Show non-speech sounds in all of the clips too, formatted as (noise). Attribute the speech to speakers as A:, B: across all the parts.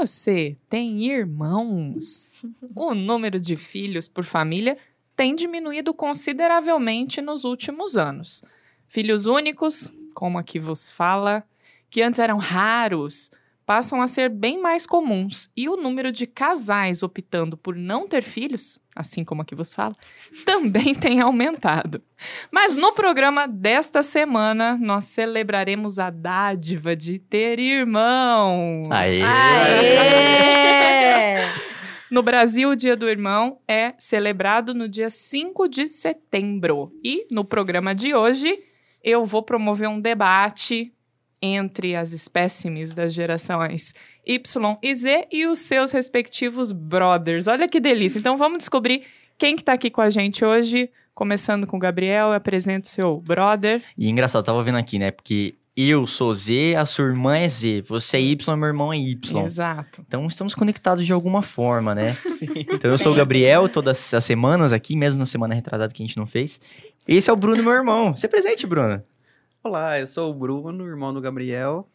A: Você tem irmãos? O número de filhos por família tem diminuído consideravelmente nos últimos anos. Filhos únicos, como aqui vos fala, que antes eram raros, passam a ser bem mais comuns e o número de casais optando por não ter filhos, assim como aqui vos fala, (laughs) também tem aumentado. Mas no programa desta semana, nós celebraremos a dádiva de ter irmãos.
B: Aê!
C: Aê!
A: (laughs) No Brasil, o Dia do Irmão é celebrado no dia 5 de setembro. E no programa de hoje, eu vou promover um debate entre as espécimes das gerações Y e Z e os seus respectivos brothers. Olha que delícia. Então vamos descobrir quem que tá aqui com a gente hoje, começando com o Gabriel, apresenta o seu brother.
B: E engraçado, eu tava vendo aqui, né? Porque eu sou Z, a sua irmã é Z, você é Y, meu irmão é Y.
A: Exato.
B: Então estamos conectados de alguma forma,
A: (laughs)
B: né? então eu sou o Gabriel, todas as semanas aqui, mesmo na semana retrasada que a gente não fez. Esse é o Bruno, meu irmão. Se presente, Bruno.
D: Olá, eu sou o Bruno, irmão do Gabriel.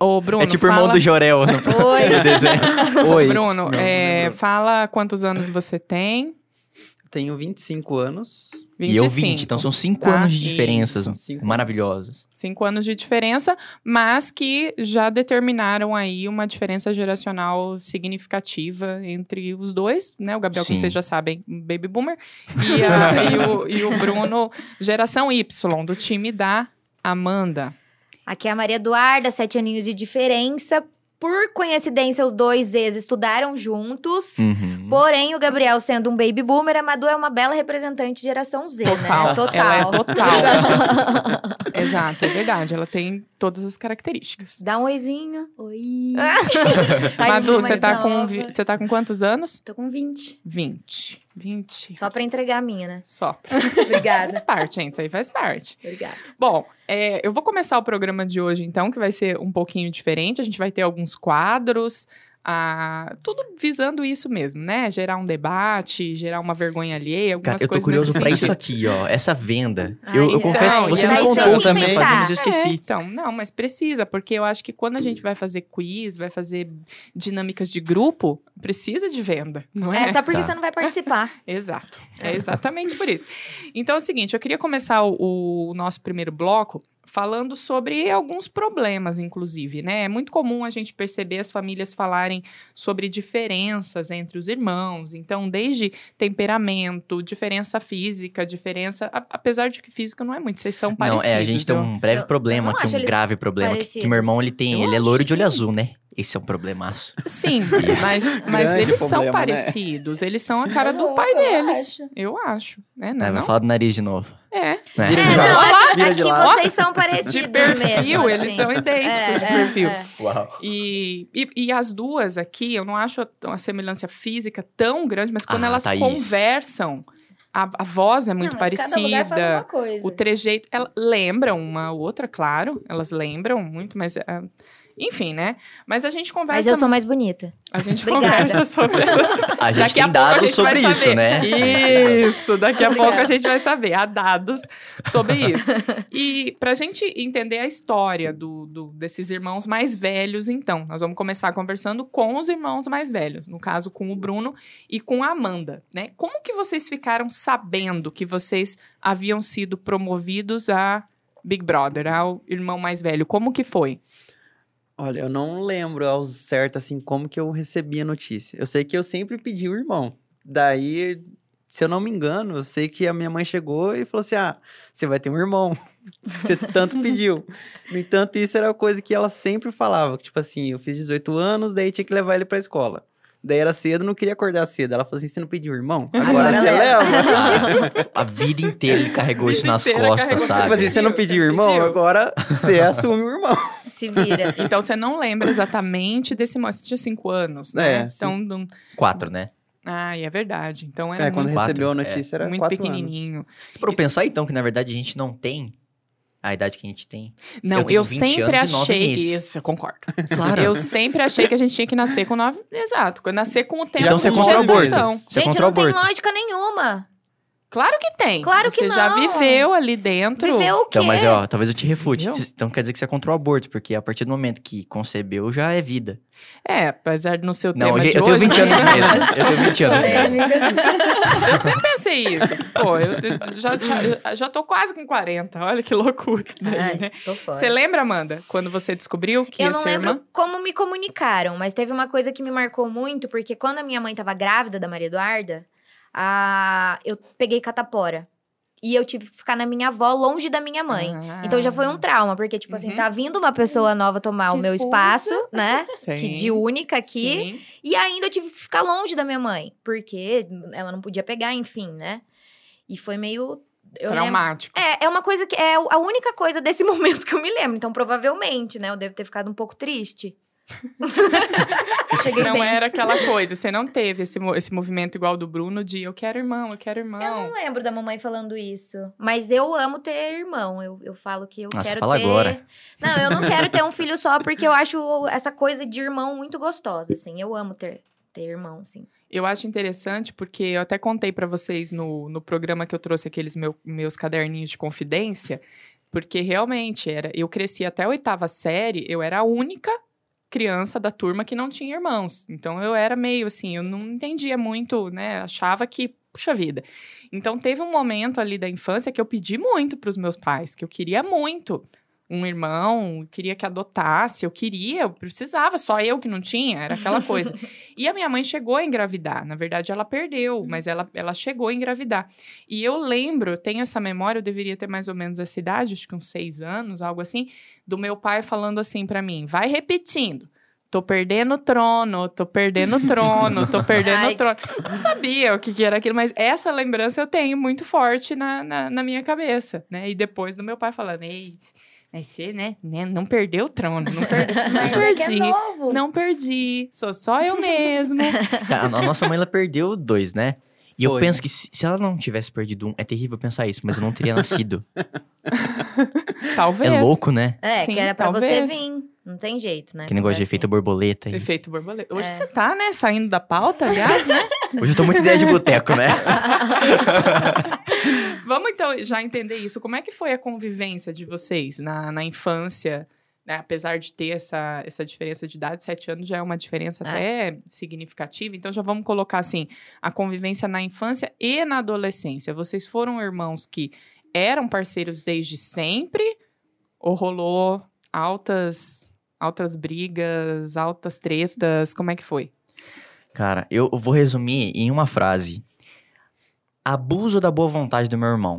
A: Ô, Bruno,
B: é tipo o
A: fala...
B: irmão do Jorel. No...
C: Oi!
A: (laughs)
D: Oi,
A: Bruno,
D: Não,
A: é,
D: não é Bruno.
A: fala quantos anos você tem.
D: tenho 25 anos.
A: 25.
B: E eu 20, então são 5
A: tá?
B: anos de
A: Isso,
B: diferenças
D: cinco
B: maravilhosas.
A: cinco anos de diferença, mas que já determinaram aí uma diferença geracional significativa entre os dois, né? O Gabriel, como
B: Sim.
A: vocês já sabem, um baby boomer, e, a- e o, e o Bruno, geração Y, do time da Amanda.
C: Aqui é a Maria Eduarda, sete aninhos de diferença. Por coincidência, os dois ex estudaram juntos.
A: Hum.
B: Uhum.
C: Porém, o Gabriel, sendo um baby boomer, a Madu é uma bela representante de geração Z,
A: Total.
C: né? Total.
A: Ela é total.
C: (laughs)
A: Exato, é verdade. Ela tem todas as características.
C: Dá um oizinho. (laughs)
E: Oi!
C: Tá
A: Madu,
C: demais,
A: você tá, com,
E: nova.
A: vi- você tá com quantos anos?
E: Tô com 20.
A: 20. 20.
C: Só pra entregar a minha, né?
A: Só.
C: (laughs)
A: Faz
C: Obrigada.
A: parte, gente. Isso aí faz parte.
C: Obrigada.
A: Bom, é, eu vou começar o programa de hoje, então, que vai ser um pouquinho diferente. A gente vai ter alguns quadros, ah, tudo visando isso mesmo, né? Gerar um debate, gerar uma vergonha alheia, algumas
B: Cara, eu tô
A: coisas assim
B: curioso
A: nesse
B: pra
A: sentido.
B: isso aqui, ó. Essa venda.
C: Ai,
B: eu eu
C: então,
B: confesso que você
A: e
B: me
A: aí tem
B: contou
A: que
B: também,
C: inventar.
B: fazendo, mas eu
A: É,
B: esqueci.
A: então, não, mas precisa, porque eu acho que quando a gente vai fazer quiz, vai fazer dinâmicas de grupo, precisa de venda, não é?
C: É só porque
B: Tá.
C: você não vai participar.
A: Exato.
B: (laughs)
A: É exatamente por isso. Então é o seguinte, eu queria começar o, o nosso primeiro bloco falando sobre alguns problemas, inclusive, né? É muito comum a gente perceber as famílias falarem sobre diferenças entre os irmãos. Então, desde temperamento, diferença física, diferença, a- apesar de que física não é muito, vocês são
B: Não,
A: parecidos.
B: é, a gente tem
A: né?
B: um breve
C: Eu-
B: problema
C: eu não
B: aqui,
C: acho
B: um
C: eles
B: grave problema. Que, que meu irmão, ele tem,
A: Eu
B: ele é loiro
A: acho,
B: de olho
A: sim.
B: azul, né? Esse é um problemaço.
A: Sim,
B: (laughs)
A: mas, mas
D: Grande
A: eles são
D: problema, né?
A: parecidos, eles são a (laughs) cara do pai deles. Eu acho, né? Não,
B: Né?
A: é
B: Vai
A: não?
B: falar do nariz de novo.
A: É.
B: né?
A: (laughs)
C: É,
D: de
C: não,
D: lado.
C: aqui,
D: Vira de
C: aqui
D: lado.
C: vocês são
A: De
C: (laughs) parecidos
A: perfil,
C: mesmo.
A: eles
C: assim.
A: são idênticos de perfil.
C: é.
B: Uau.
A: E, e, e as duas aqui, eu não acho a- a semelhança física tão grande, mas quando
B: Ah,
A: elas
B: Thaís.
A: conversam, a, a voz é muito
E: Não, mas Cada lugar fala uma
A: parecida.
E: coisa.
A: O trejeito, elas lembram uma a outra, claro, elas lembram muito, mas ah, enfim, né? Mas a gente conversa,
C: Mas eu sou mais bonita.
A: a gente
C: (laughs) Obrigada.
A: conversa sobre essas
B: A gente
A: Daqui a
B: tem
A: pouco a
B: dados
A: gente
B: sobre
A: vai
B: isso,
A: saber.
B: (laughs) né?
A: Isso, daqui a pouco a gente vai saber. Há dados sobre isso. E pra gente entender a história do, do- desses irmãos mais velhos, então, nós vamos começar conversando com os irmãos mais velhos, no caso com o Bruno e com a Amanda, né? Como que vocês ficaram sabendo que vocês haviam sido promovidos a Big Brother, ao irmão mais velho? Como que foi?
D: Olha, eu não lembro ao certo, assim, como que eu recebi a notícia. Eu sei que eu sempre pedi o irmão. Daí, se eu não me engano, eu sei que a minha mãe chegou e falou assim, ah, você vai ter um irmão. (laughs) Você tanto pediu. No entanto, isso era a coisa que ela sempre falava. que, Tipo assim, eu fiz 18 anos, daí tinha que levar ele pra escola. Daí era cedo, eu não queria acordar cedo. Ela falou assim, você não pediu o irmão? Agora,
C: Agora
D: você
C: leva."
D: leva.
B: A, a vida inteira ele carregou isso
A: Vida
B: nas
A: inteira
B: costas,
A: carregou.
B: sabe?
D: Mas assim, você não pediu, irmão?
A: Pediu.
D: Agora
B: (laughs)
D: você assume o irmão.
A: (laughs)
C: Se vira.
A: Então, você não lembra exatamente desse moço, tinha cinco anos, né?
D: É, sim.
A: então, não,
B: Quatro, né?
A: Ah, e é verdade. Então era
D: É, quando
A: muito,
B: quatro,
D: recebeu a
B: é.
D: notícia era
A: muito
D: quatro
A: pequenininho.
B: Pra eu pensar, então, que na verdade a gente não tem a idade que a gente tem.
A: Não,
B: Eu
A: eu,
B: tenho 20
A: sempre
B: anos e nove
A: achei
B: meses.
A: isso, eu concordo.
B: Claro.
A: Eu sempre achei que a gente tinha que nascer com nove, exato, nascer com o tempo
B: Então
A: você
B: você
A: de
D: um
B: contra o aborto.
A: gestação.
B: Você é
C: Gente,
B: contra o
C: não tem
B: aborto.
C: lógica nenhuma.
A: Claro que tem.
C: Claro que
A: Você já
C: não.
A: viveu ali dentro.
C: Viveu o quê?
B: Então, mas ó,
A: é.
B: talvez eu te refute.
A: Entendeu?
B: Então quer dizer que você é contra o aborto, porque a partir do momento que concebeu já é vida.
A: É, apesar de não ser o
B: Não,
A: tema
B: eu,
A: de
B: eu
A: hoje.
B: tenho 20 anos
A: mas-
B: mesmo. Eu tenho 20 anos
C: É,
A: É,
B: mesmo.
A: (laughs) Eu sempre pensei isso. Pô, eu te- já, já, eu já tô quase com 40. Olha que loucura.
C: Ai, tô fora.
A: Você lembra, Amanda, quando você descobriu que
C: Eu
A: ia
C: não
A: ser
C: lembro
A: irmã?
C: como me comunicaram, mas teve uma coisa que me marcou muito, porque quando a minha mãe tava grávida da Maria Eduarda, a... eu peguei catapora. E eu tive que ficar na minha avó, longe da minha mãe.
A: Ah,
C: Então já foi um trauma, porque, tipo assim,
A: Uhum.
C: tá vindo uma pessoa nova tomar o meu
E: Te
C: espaço,
A: (laughs)
C: né?
A: sim,
C: Que de única aqui.
A: sim.
C: E ainda eu tive que ficar longe da minha mãe, porque ela não podia pegar, enfim, né? E foi meio. Eu lembro-
A: Traumático.
C: É, é uma coisa que. É a única coisa desse (laughs) momento que eu me lembro. Então, provavelmente, né? Eu devo ter ficado um pouco triste. eu cheguei
A: Não é,
C: bem.
A: era aquela coisa. Você não teve esse, mo- esse movimento igual do Bruno de eu quero irmão, eu quero irmão.
C: Eu não lembro da mamãe falando isso. Mas eu amo ter irmão. Eu, eu falo que eu
B: Nossa,
C: quero
B: fala
C: ter.
B: agora.
C: Não, eu não quero ter um filho só, porque eu acho essa coisa de irmão muito gostosa, assim. Eu amo ter, ter irmão, assim.
A: Eu acho interessante porque eu até contei pra vocês no, no programa que eu trouxe aqueles meu- meus caderninhos de confidência, porque realmente era. Eu cresci até a oitava série, eu era a única criança da turma que não tinha irmãos. Então eu era meio assim, eu não entendia muito, né? Achava que, puxa vida. Então teve um momento ali da infância que eu pedi muito pros meus pais, que eu queria muito um irmão, eu queria que adotasse, eu queria, eu precisava, só eu que não tinha, era aquela coisa. E a minha mãe chegou a engravidar. Na verdade, ela perdeu, mas ela, ela chegou a engravidar. E eu lembro, eu tenho essa memória, eu deveria ter mais ou menos essa idade, acho que uns seis anos, algo assim, do meu pai falando assim pra mim: vai repetindo. Tô perdendo o trono, tô perdendo o trono, tô perdendo
C: Ai.
A: o trono. Eu Não sabia o que, que era aquilo, mas essa lembrança eu tenho muito forte na, na, na minha cabeça, né? E depois do meu pai falando, ei, mas você, né, né, não perdeu o trono, não, per não
E: Mas é que é
A: perdi.
E: novo.
A: Não perdi, sou só eu
E: (laughs)
A: mesmo.
B: Cara, A nossa mãe, ela perdeu dois, né? E eu
D: Foi.
B: penso que se, se ela não tivesse perdido um, é terrível pensar isso, mas eu não teria
C: (laughs)
B: nascido.
A: Talvez.
B: É louco, né?
C: É,
A: Sim,
C: que era pra você
A: talvez.
C: vir. Não tem jeito, né?
B: Que negócio de efeito borboleta. Hein?
A: Efeito borboleta. Hoje
C: É.
A: você tá, né? Saindo da pauta, aliás, né?
B: Hoje eu tô muito
C: (laughs)
B: ideia de boteco, né?
A: Vamos então já entender isso. Como é que foi a convivência de vocês na, na infância? né? Apesar de ter essa, essa diferença de idade, sete anos já é uma diferença
C: É.
A: até significativa. Então já vamos colocar assim: a convivência na infância e na adolescência. Vocês foram irmãos que eram parceiros desde sempre? Ou rolou altas, altas brigas, altas tretas? Como é que foi?
B: Cara, eu vou resumir em uma frase. Abuso da boa vontade do meu irmão.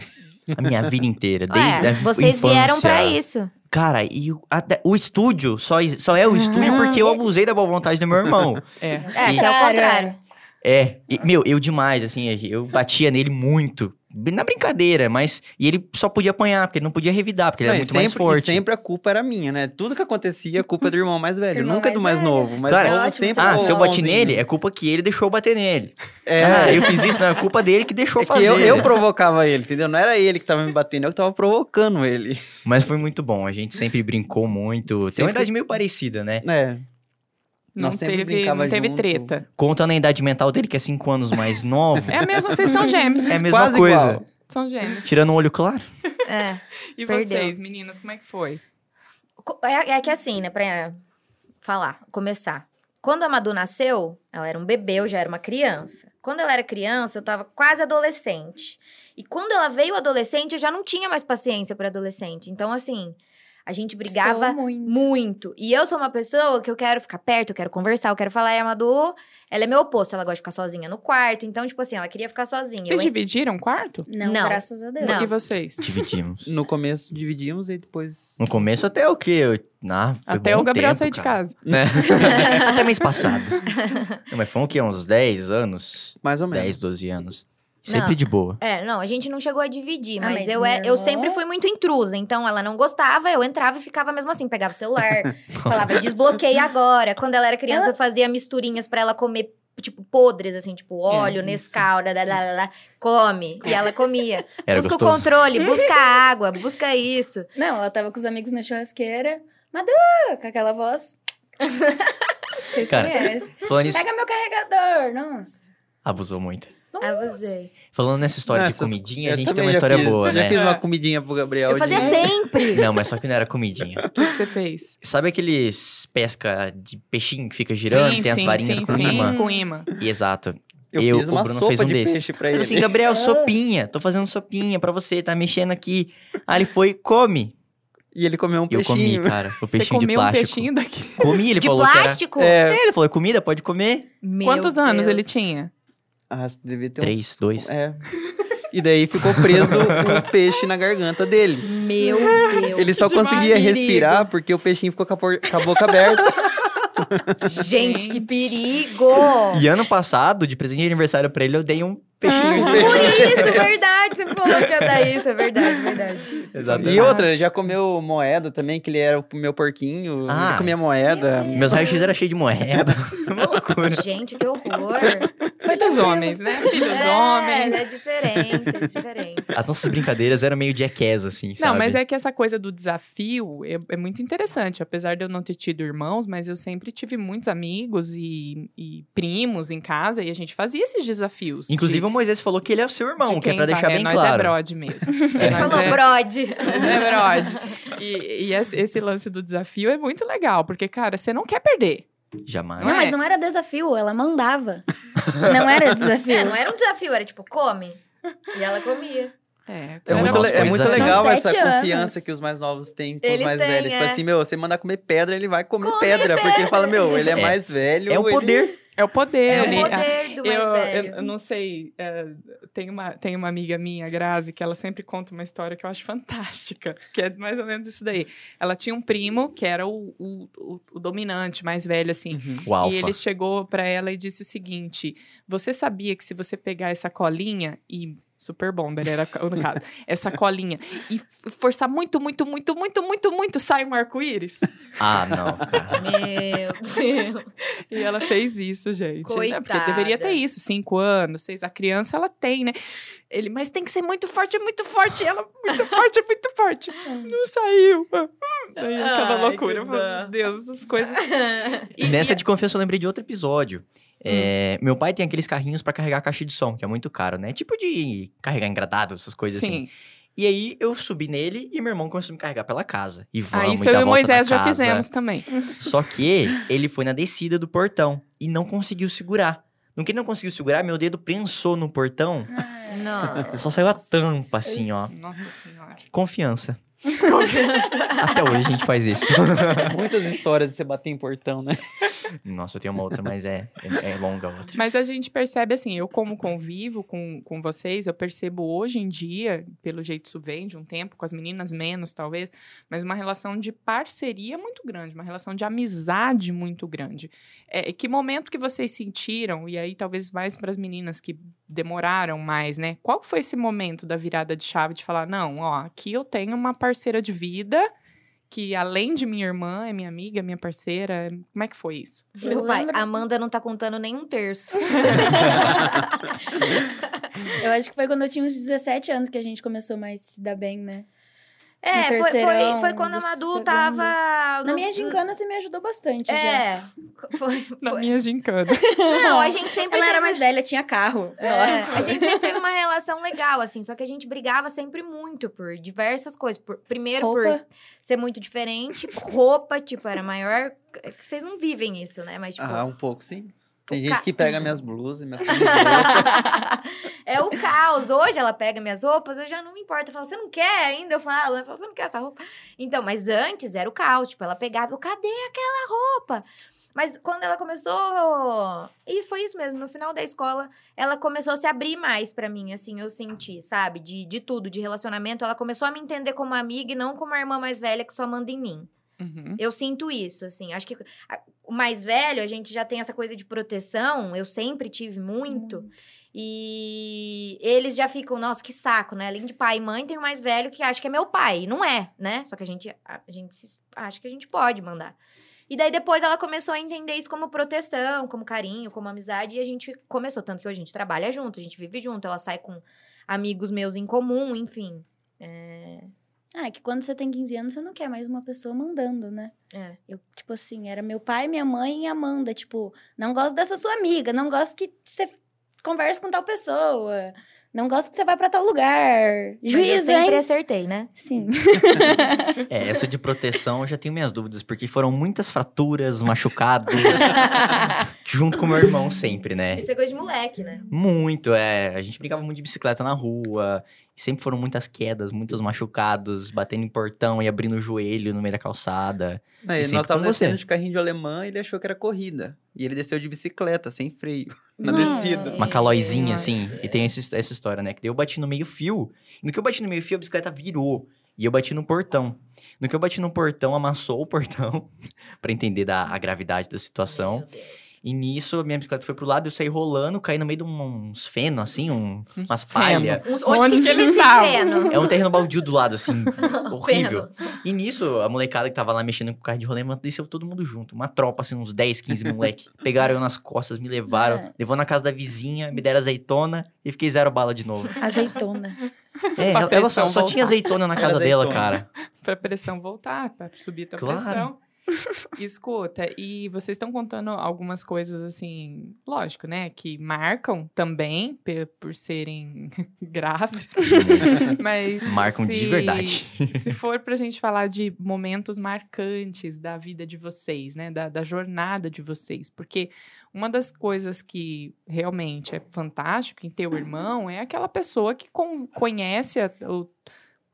B: A minha vida inteira, desde
C: assim. Ué,
B: a
C: (laughs) vocês
B: infância.
C: vieram pra isso.
B: Cara, e o, até- o estúdio só, ex- só é
C: Uhum.
B: o estúdio porque eu abusei da boa vontade do meu irmão.
A: É.
C: É,
B: E-
C: que é o
E: Cara.
C: contrário.
B: É, e, meu, eu demais, assim, eu batia nele muito. Na brincadeira, mas. E ele só podia apanhar, porque ele não podia revidar, porque ele
D: Não,
B: era
D: e
B: muito
D: sempre,
B: mais forte.
D: E sempre a culpa era minha, né? Tudo que acontecia, a culpa é do irmão mais velho.
E: Irmão
D: Nunca é do
E: mais
D: mais
E: velho.
D: novo. Mas
B: Claro.
D: novo
E: É ótimo,
D: sempre
E: você
D: é
B: Ah,
D: o
B: se eu bati
D: bonzinho.
B: nele, é culpa que ele deixou eu bater nele.
D: É,
B: Ah, eu fiz isso, não, é culpa dele que deixou eu
D: porque
B: fazer.
D: eu, eu provocava ele, entendeu? Não era ele que tava me batendo, eu que tava provocando ele.
B: Mas foi muito bom, a gente sempre brincou muito. Tem uma
D: Sempre-
B: idade meio parecida, né?
D: É.
A: Não
D: Nós sempre
A: teve,
D: brincava
A: não teve
D: junto.
A: treta.
D: (laughs)
B: Contando a idade mental dele, que é 5 anos mais novo,
A: É a mesma, vocês são gêmeos.
B: é a mesma
D: quase
B: coisa.
D: igual.
A: São gêmeos.
B: Tirando um olho claro.
C: É.
A: E
C: Perdeu.
A: vocês, meninas, como é que foi?
C: Co- é. é que assim, né? Pra falar, começar. Quando a Madu nasceu, ela era um bebê, eu já era uma criança. Quando ela era criança, eu tava quase adolescente. E quando ela veio adolescente, eu já não tinha mais paciência pra adolescente. Então, assim, a gente brigava
E: Estou muito.
C: Muito. E eu sou uma pessoa que eu quero ficar perto, eu quero conversar, eu quero falar. E a Madu, ela é meu oposto. Ela gosta de ficar sozinha no quarto. Então, tipo assim, ela queria ficar sozinha.
A: Vocês
C: Eu en-
A: dividiram o quarto?
E: Não,
C: Não.
E: graças a Deus.
C: Não.
A: E vocês?
B: Dividimos.
D: (laughs) No começo dividimos e depois.
B: No começo até o quê? Eu- Ah, foi
A: Até
B: bom
A: o Gabriel
B: tempo,
A: sair de
B: cara.
A: casa.
B: Né? (laughs) até mês passado. Não, mas foi o quê? Uns 10 anos?
D: Mais ou menos.
B: 10, 12 anos. Sempre
C: Não.
B: de boa.
C: É, não, a gente não chegou a dividir,
E: Ah,
C: mas,
E: mas
C: eu,
E: minha
C: era, eu
E: irmã-
C: sempre fui muito intrusa. Então, ela não gostava, eu entrava e ficava mesmo assim. Pegava o celular, falava, desbloqueia agora. Quando ela era criança, eu fazia misturinhas pra ela comer, tipo, podres, assim, tipo, óleo,
A: isso.
C: Nescau, lá, lá, lá, lá, lá. come. E ela comia.
B: Era
C: busca o
B: gostoso.
C: controle, busca a água, busca isso.
E: Não, ela tava com os amigos na churrasqueira. Madu! Com
C: (laughs)
E: aquela voz. Vocês
B: Cara,
E: conhecem.
B: Falando isso,
E: Pega meu carregador! Nossa.
B: abusou muito.
C: Abusei.
B: Falando nessa história de
D: Essas-
B: comidinha, a
D: eu
B: gente tem
D: também
B: uma
D: já
B: história
D: fiz-
B: boa,
D: eu já
B: né?
D: fiz uma (laughs) comidinha pro Gabriel.
C: Eu fazia
D: É de...
C: sempre.
B: Não, mas só que não era comidinha.
A: O que que você fez?
B: Sabe aqueles pesca de peixinho que fica girando,
A: Sim,
B: tem as
A: sim,
B: varinhas
A: sim,
B: com
A: sim,
B: imã?
A: com imã.
B: E Exato.
D: Eu,
B: Eu,
D: fiz
B: o
D: uma
B: Bruno
D: sopa
B: fez um
D: de
B: desse.
D: peixe pra
B: Falei
D: ele.
B: assim, Gabriel, sopinha. Tô fazendo sopinha pra você, tá mexendo aqui. Aí ele foi, come.
D: E ele comeu um
B: E eu comi,
D: peixinho.
B: cara, o
A: Você
B: peixinho de
A: comeu um
B: plástico.
A: peixinho daqui.
B: Comi, ele
C: de
B: falou
C: plástico?
B: que era... É, ele falou, comida, pode comer.
C: Meu
A: Quantos anos
C: Deus.
A: ele tinha?
D: Ah, você devia ter uns-
B: Três, dois.
D: É. E daí ficou preso
B: (laughs)
D: o peixe na garganta dele.
C: Meu Deus.
D: Ele só
A: demais,
D: conseguia
A: querido.
D: respirar porque o peixinho ficou com a, por- com a boca aberta.
C: (laughs) Gente, que perigo!
A: É.
B: E ano passado, de presente de aniversário pra ele, eu dei um peixinho.
D: Ah.
C: Por isso, é verdade. Você falou que ia dar isso, é verdade,
B: (laughs)
C: verdade.
B: Exatamente.
D: e outra, ele já comeu moeda também, que ele era o meu porquinho.
B: Ah.
D: Ele comia moeda.
B: Meus raios-x eram cheios de moeda. Uma loucura.
C: Gente, que horror.
A: Foi (laughs) dos homens, né? Filhos
C: é,
A: homens.
C: É diferente, é diferente.
B: As nossas brincadeiras eram meio jackass, assim, sabe?
A: Não, mas é que essa coisa do desafio é, é muito interessante. Apesar de eu não ter tido irmãos, mas eu sempre tive muitos amigos e, e primos em casa e a gente fazia esses desafios. de-
B: Inclusive, o Moisés falou que ele é o seu irmão,
A: de
B: que é
A: quem
B: pra deixar
A: vai- é,
B: bem
A: nós é
B: claro.
A: brode mesmo.
B: É.
C: Ele
A: Nós
C: falou
A: é-
C: brode.
A: (laughs) É brode. E, e esse esse lance do desafio é muito legal, porque, cara, você não quer perder.
B: Jamais.
A: Não
E: Não,
A: é?
E: mas não era desafio, ela mandava. Não era
C: (laughs)
E: desafio.
C: É, não era um desafio, era tipo, come. E ela comia.
A: É,
D: É
B: Era
D: muito,
B: bom,
D: le- é
B: foi
D: muito
B: desafio.
D: legal
E: São
D: essa
E: sete
D: confiança
E: anos.
D: que os mais novos têm com os
C: Eles
D: mais
C: têm,
D: velhos. Tipo
C: é.
D: assim, meu, você mandar comer pedra, ele vai comer
C: Come
D: pedra. Porque ele fala, meu, ele é,
B: É.
D: mais velho.
B: É o
D: ele-
B: poder.
A: É o poder.
C: É o
A: ali, a-
C: poder do mais
A: eu,
C: velho.
A: eu- eu não sei, é, tem, uma, tem uma amiga minha, Grazi, que ela sempre conta uma história que eu acho fantástica, (laughs) que é mais ou menos isso daí. Ela tinha um primo que era o, o, o- o dominante, mais velho, assim.
D: Uhum.
B: O alfa.
A: E ele chegou pra ela e disse o seguinte: Você sabia que se você pegar essa colinha e. Super bom, ele era ca- no caso. (laughs) Essa colinha. E f- forçar muito, muito, muito, muito, muito, muito, sai um
B: (laughs)
A: arco-íris.
B: Ah, não,
A: (laughs)
B: cara.
C: Meu Deus.
A: E ela fez isso, gente. Né?
C: Coitada.
A: Porque deveria ter isso, cinco anos, seis. A criança, ela tem, né? Ele, mas tem que ser muito forte, é muito forte. Ela,
B: (laughs)
A: muito forte, é muito forte. Não saiu. (laughs) Aí aquela
C: Ai,
A: loucura.
C: que
A: Eu falo,
C: dó.
A: Meu Deus, essas coisas.
B: E nessa de confiança eu lembrei de outro episódio. É,
A: Hum.
B: Meu pai tem aqueles carrinhos pra carregar a caixa de som, que é muito caro, né? Tipo de carregar engradado, essas coisas assim.
A: Sim.
B: E aí eu subi nele e meu irmão começou a me carregar pela casa. E
A: Ah,
B: vamos,
A: isso
B: e dá
A: eu e
B: a
A: o
B: volta na
A: Moisés já
B: casa.
A: fizemos também.
B: Só que ele foi na descida do portão e não conseguiu segurar. No que ele não conseguiu segurar, meu dedo prensou no portão.
C: Não.
B: Só saiu a tampa, assim, ó.
A: Nossa Senhora.
B: Confiança. Até hoje a gente faz isso. (laughs)
D: É, Muitas histórias de você bater em portão, né?
B: Nossa, eu tenho uma outra, mas é, é, é longa a outra.
A: Mas a gente percebe assim, eu como convivo com, com vocês, eu percebo hoje em dia, pelo jeito isso vem de um tempo, com as meninas menos talvez, mas uma relação de parceria muito grande, uma relação de amizade muito grande. É, que momento que vocês sentiram, e aí talvez mais para as meninas que demoraram mais, né? Qual foi esse momento da virada de chave de falar, não, ó, aqui eu tenho uma parceira de vida... Que além de minha irmã, é minha amiga, é minha parceira. é- Como é que foi isso?
C: Meu
E: Eu
C: pai,
E: lembro-
C: Amanda não tá contando nem um terço.
E: Eu acho que foi quando eu tinha uns 17 anos que a gente começou mais a se dar bem, né?
A: Um
C: É,
E: No
C: foi, foi,
E: terceirão,
C: foi quando a
E: no
C: Madu
E: segundo.
C: tava.
E: Na
C: no-
E: minha gincana você me ajudou bastante já.
C: É.
E: (laughs)
C: Foi,
A: Na
C: foi.
A: minha gincana.
C: Não, a gente sempre.
E: Ela era
C: teve-
E: mais velha, tinha carro.
C: É,
E: Nossa.
C: a gente sempre teve uma relação legal, assim, só que a gente brigava sempre muito por diversas coisas. Por- primeiro, por
E: Roupa.
C: ser muito diferente, roupa, tipo, era maior. é que Vocês não vivem isso, né? Mas, tipo.
D: Ah, um pouco, sim. Tem
C: O
D: gente
C: ca- Hum.
D: que pega minhas blusas,
C: (laughs)
D: minhas camisetas.
C: é o caos. Hoje ela pega minhas roupas, eu já não me importo. Eu falo, você não quer ainda? Eu falo, ela fala, você não quer essa roupa? Então, mas antes era o caos. Tipo, ela pegava, eu, cadê aquela roupa? Mas quando ela começou. Isso foi isso mesmo. No final da escola, ela começou a se abrir mais pra mim, assim, eu senti, sabe? De, de tudo, de relacionamento. Ela começou a me entender como amiga e não como a irmã mais velha que só manda em mim.
A: Uhum.
C: Eu sinto isso, assim. Acho que a- o mais velho, a gente já tem essa coisa de proteção. Eu sempre tive muito. E eles já ficam, nossa, que saco, né? Além de pai e mãe, tem o mais velho que acha que é meu pai. E não é, né? Só que a gente, a gente se- acha que a gente pode mandar. E daí depois ela começou a entender isso como proteção, como carinho, como amizade. E a gente começou. Tanto que hoje a gente trabalha junto, a gente vive junto. Ela sai com amigos meus em comum, enfim. É...
E: Ah, é que quando você tem 15 anos, você não quer mais uma pessoa mandando, né?
C: É.
E: Eu, tipo assim, era meu pai, minha mãe e Amanda. Tipo, não gosto dessa sua amiga, não gosto que você converso com tal pessoa. Não gosto que você vá pra tal lugar.
C: Mas eu
E: Juízo,
C: sempre
E: hein?
C: acertei, né?
E: Sim.
B: É, essa de proteção eu já tenho minhas dúvidas, porque foram muitas fraturas, machucados, junto com meu irmão sempre, né?
C: Isso é coisa de moleque, né?
B: Muito, é. A gente brincava muito de bicicleta na rua, e sempre foram muitas quedas, muitos machucados, batendo em portão e abrindo o joelho no meio da calçada.
D: Aí,
B: sempre
D: nós
B: com
D: estávamos
B: você.
D: descendo de carrinho de alemã e ele achou que era corrida. E ele desceu de bicicleta, sem freio, na
C: Nossa.
D: descida.
B: Uma
C: é Isso.
B: calóizinha, assim. E tem esse- essa história, né? Que daí eu bati no meio-fio. e No que eu bati no meio-fio, a bicicleta virou. E eu bati no portão. No que eu bati no portão, amassou o portão, (laughs) pra entender da, a gravidade da situação.
C: Meu Deus.
B: E nisso, a minha bicicleta foi pro lado, eu saí rolando, caí no meio de um- uns feno, assim, um,
A: Uns
B: umas
A: feno.
B: palhas.
C: Uns- Onde,
A: Onde
C: que tinha
A: eles
C: esse
A: estavam?
C: feno?
B: É um terreno baldio do lado,
C: (laughs)
B: assim, horrível.
C: Feno.
B: E nisso, a molecada que tava lá mexendo com o carro de rolê, mano, desceu todo mundo junto. Uma tropa, assim, uns 10, 15
C: (laughs)
B: moleque. Pegaram eu nas costas, me levaram,
E: Nossa.
B: levou na casa da vizinha, me deram azeitona e fiquei zero bala de
C: (laughs)
B: novo.
E: Azeitona.
B: É,
A: Pra
B: ela, ela só,
A: pressão
B: só
A: voltar.
B: tinha azeitona na casa dela,
D: azeitona.
B: cara.
A: (laughs) Pra pressão voltar, pra subir tua
B: Claro.
A: pressão.
B: (laughs)
A: Escuta, e vocês estão contando algumas coisas assim, lógico, né? Que marcam também pe- por serem (laughs)
B: (laughs)
A: graves.
C: (laughs)
A: Mas.
B: Marcam de
A: se-
B: verdade.
A: se for pra gente falar de momentos marcantes da vida de vocês, né? Da, da jornada de vocês. Porque uma das coisas que realmente é fantástico em ter o irmão é aquela pessoa que con- conhece a- o-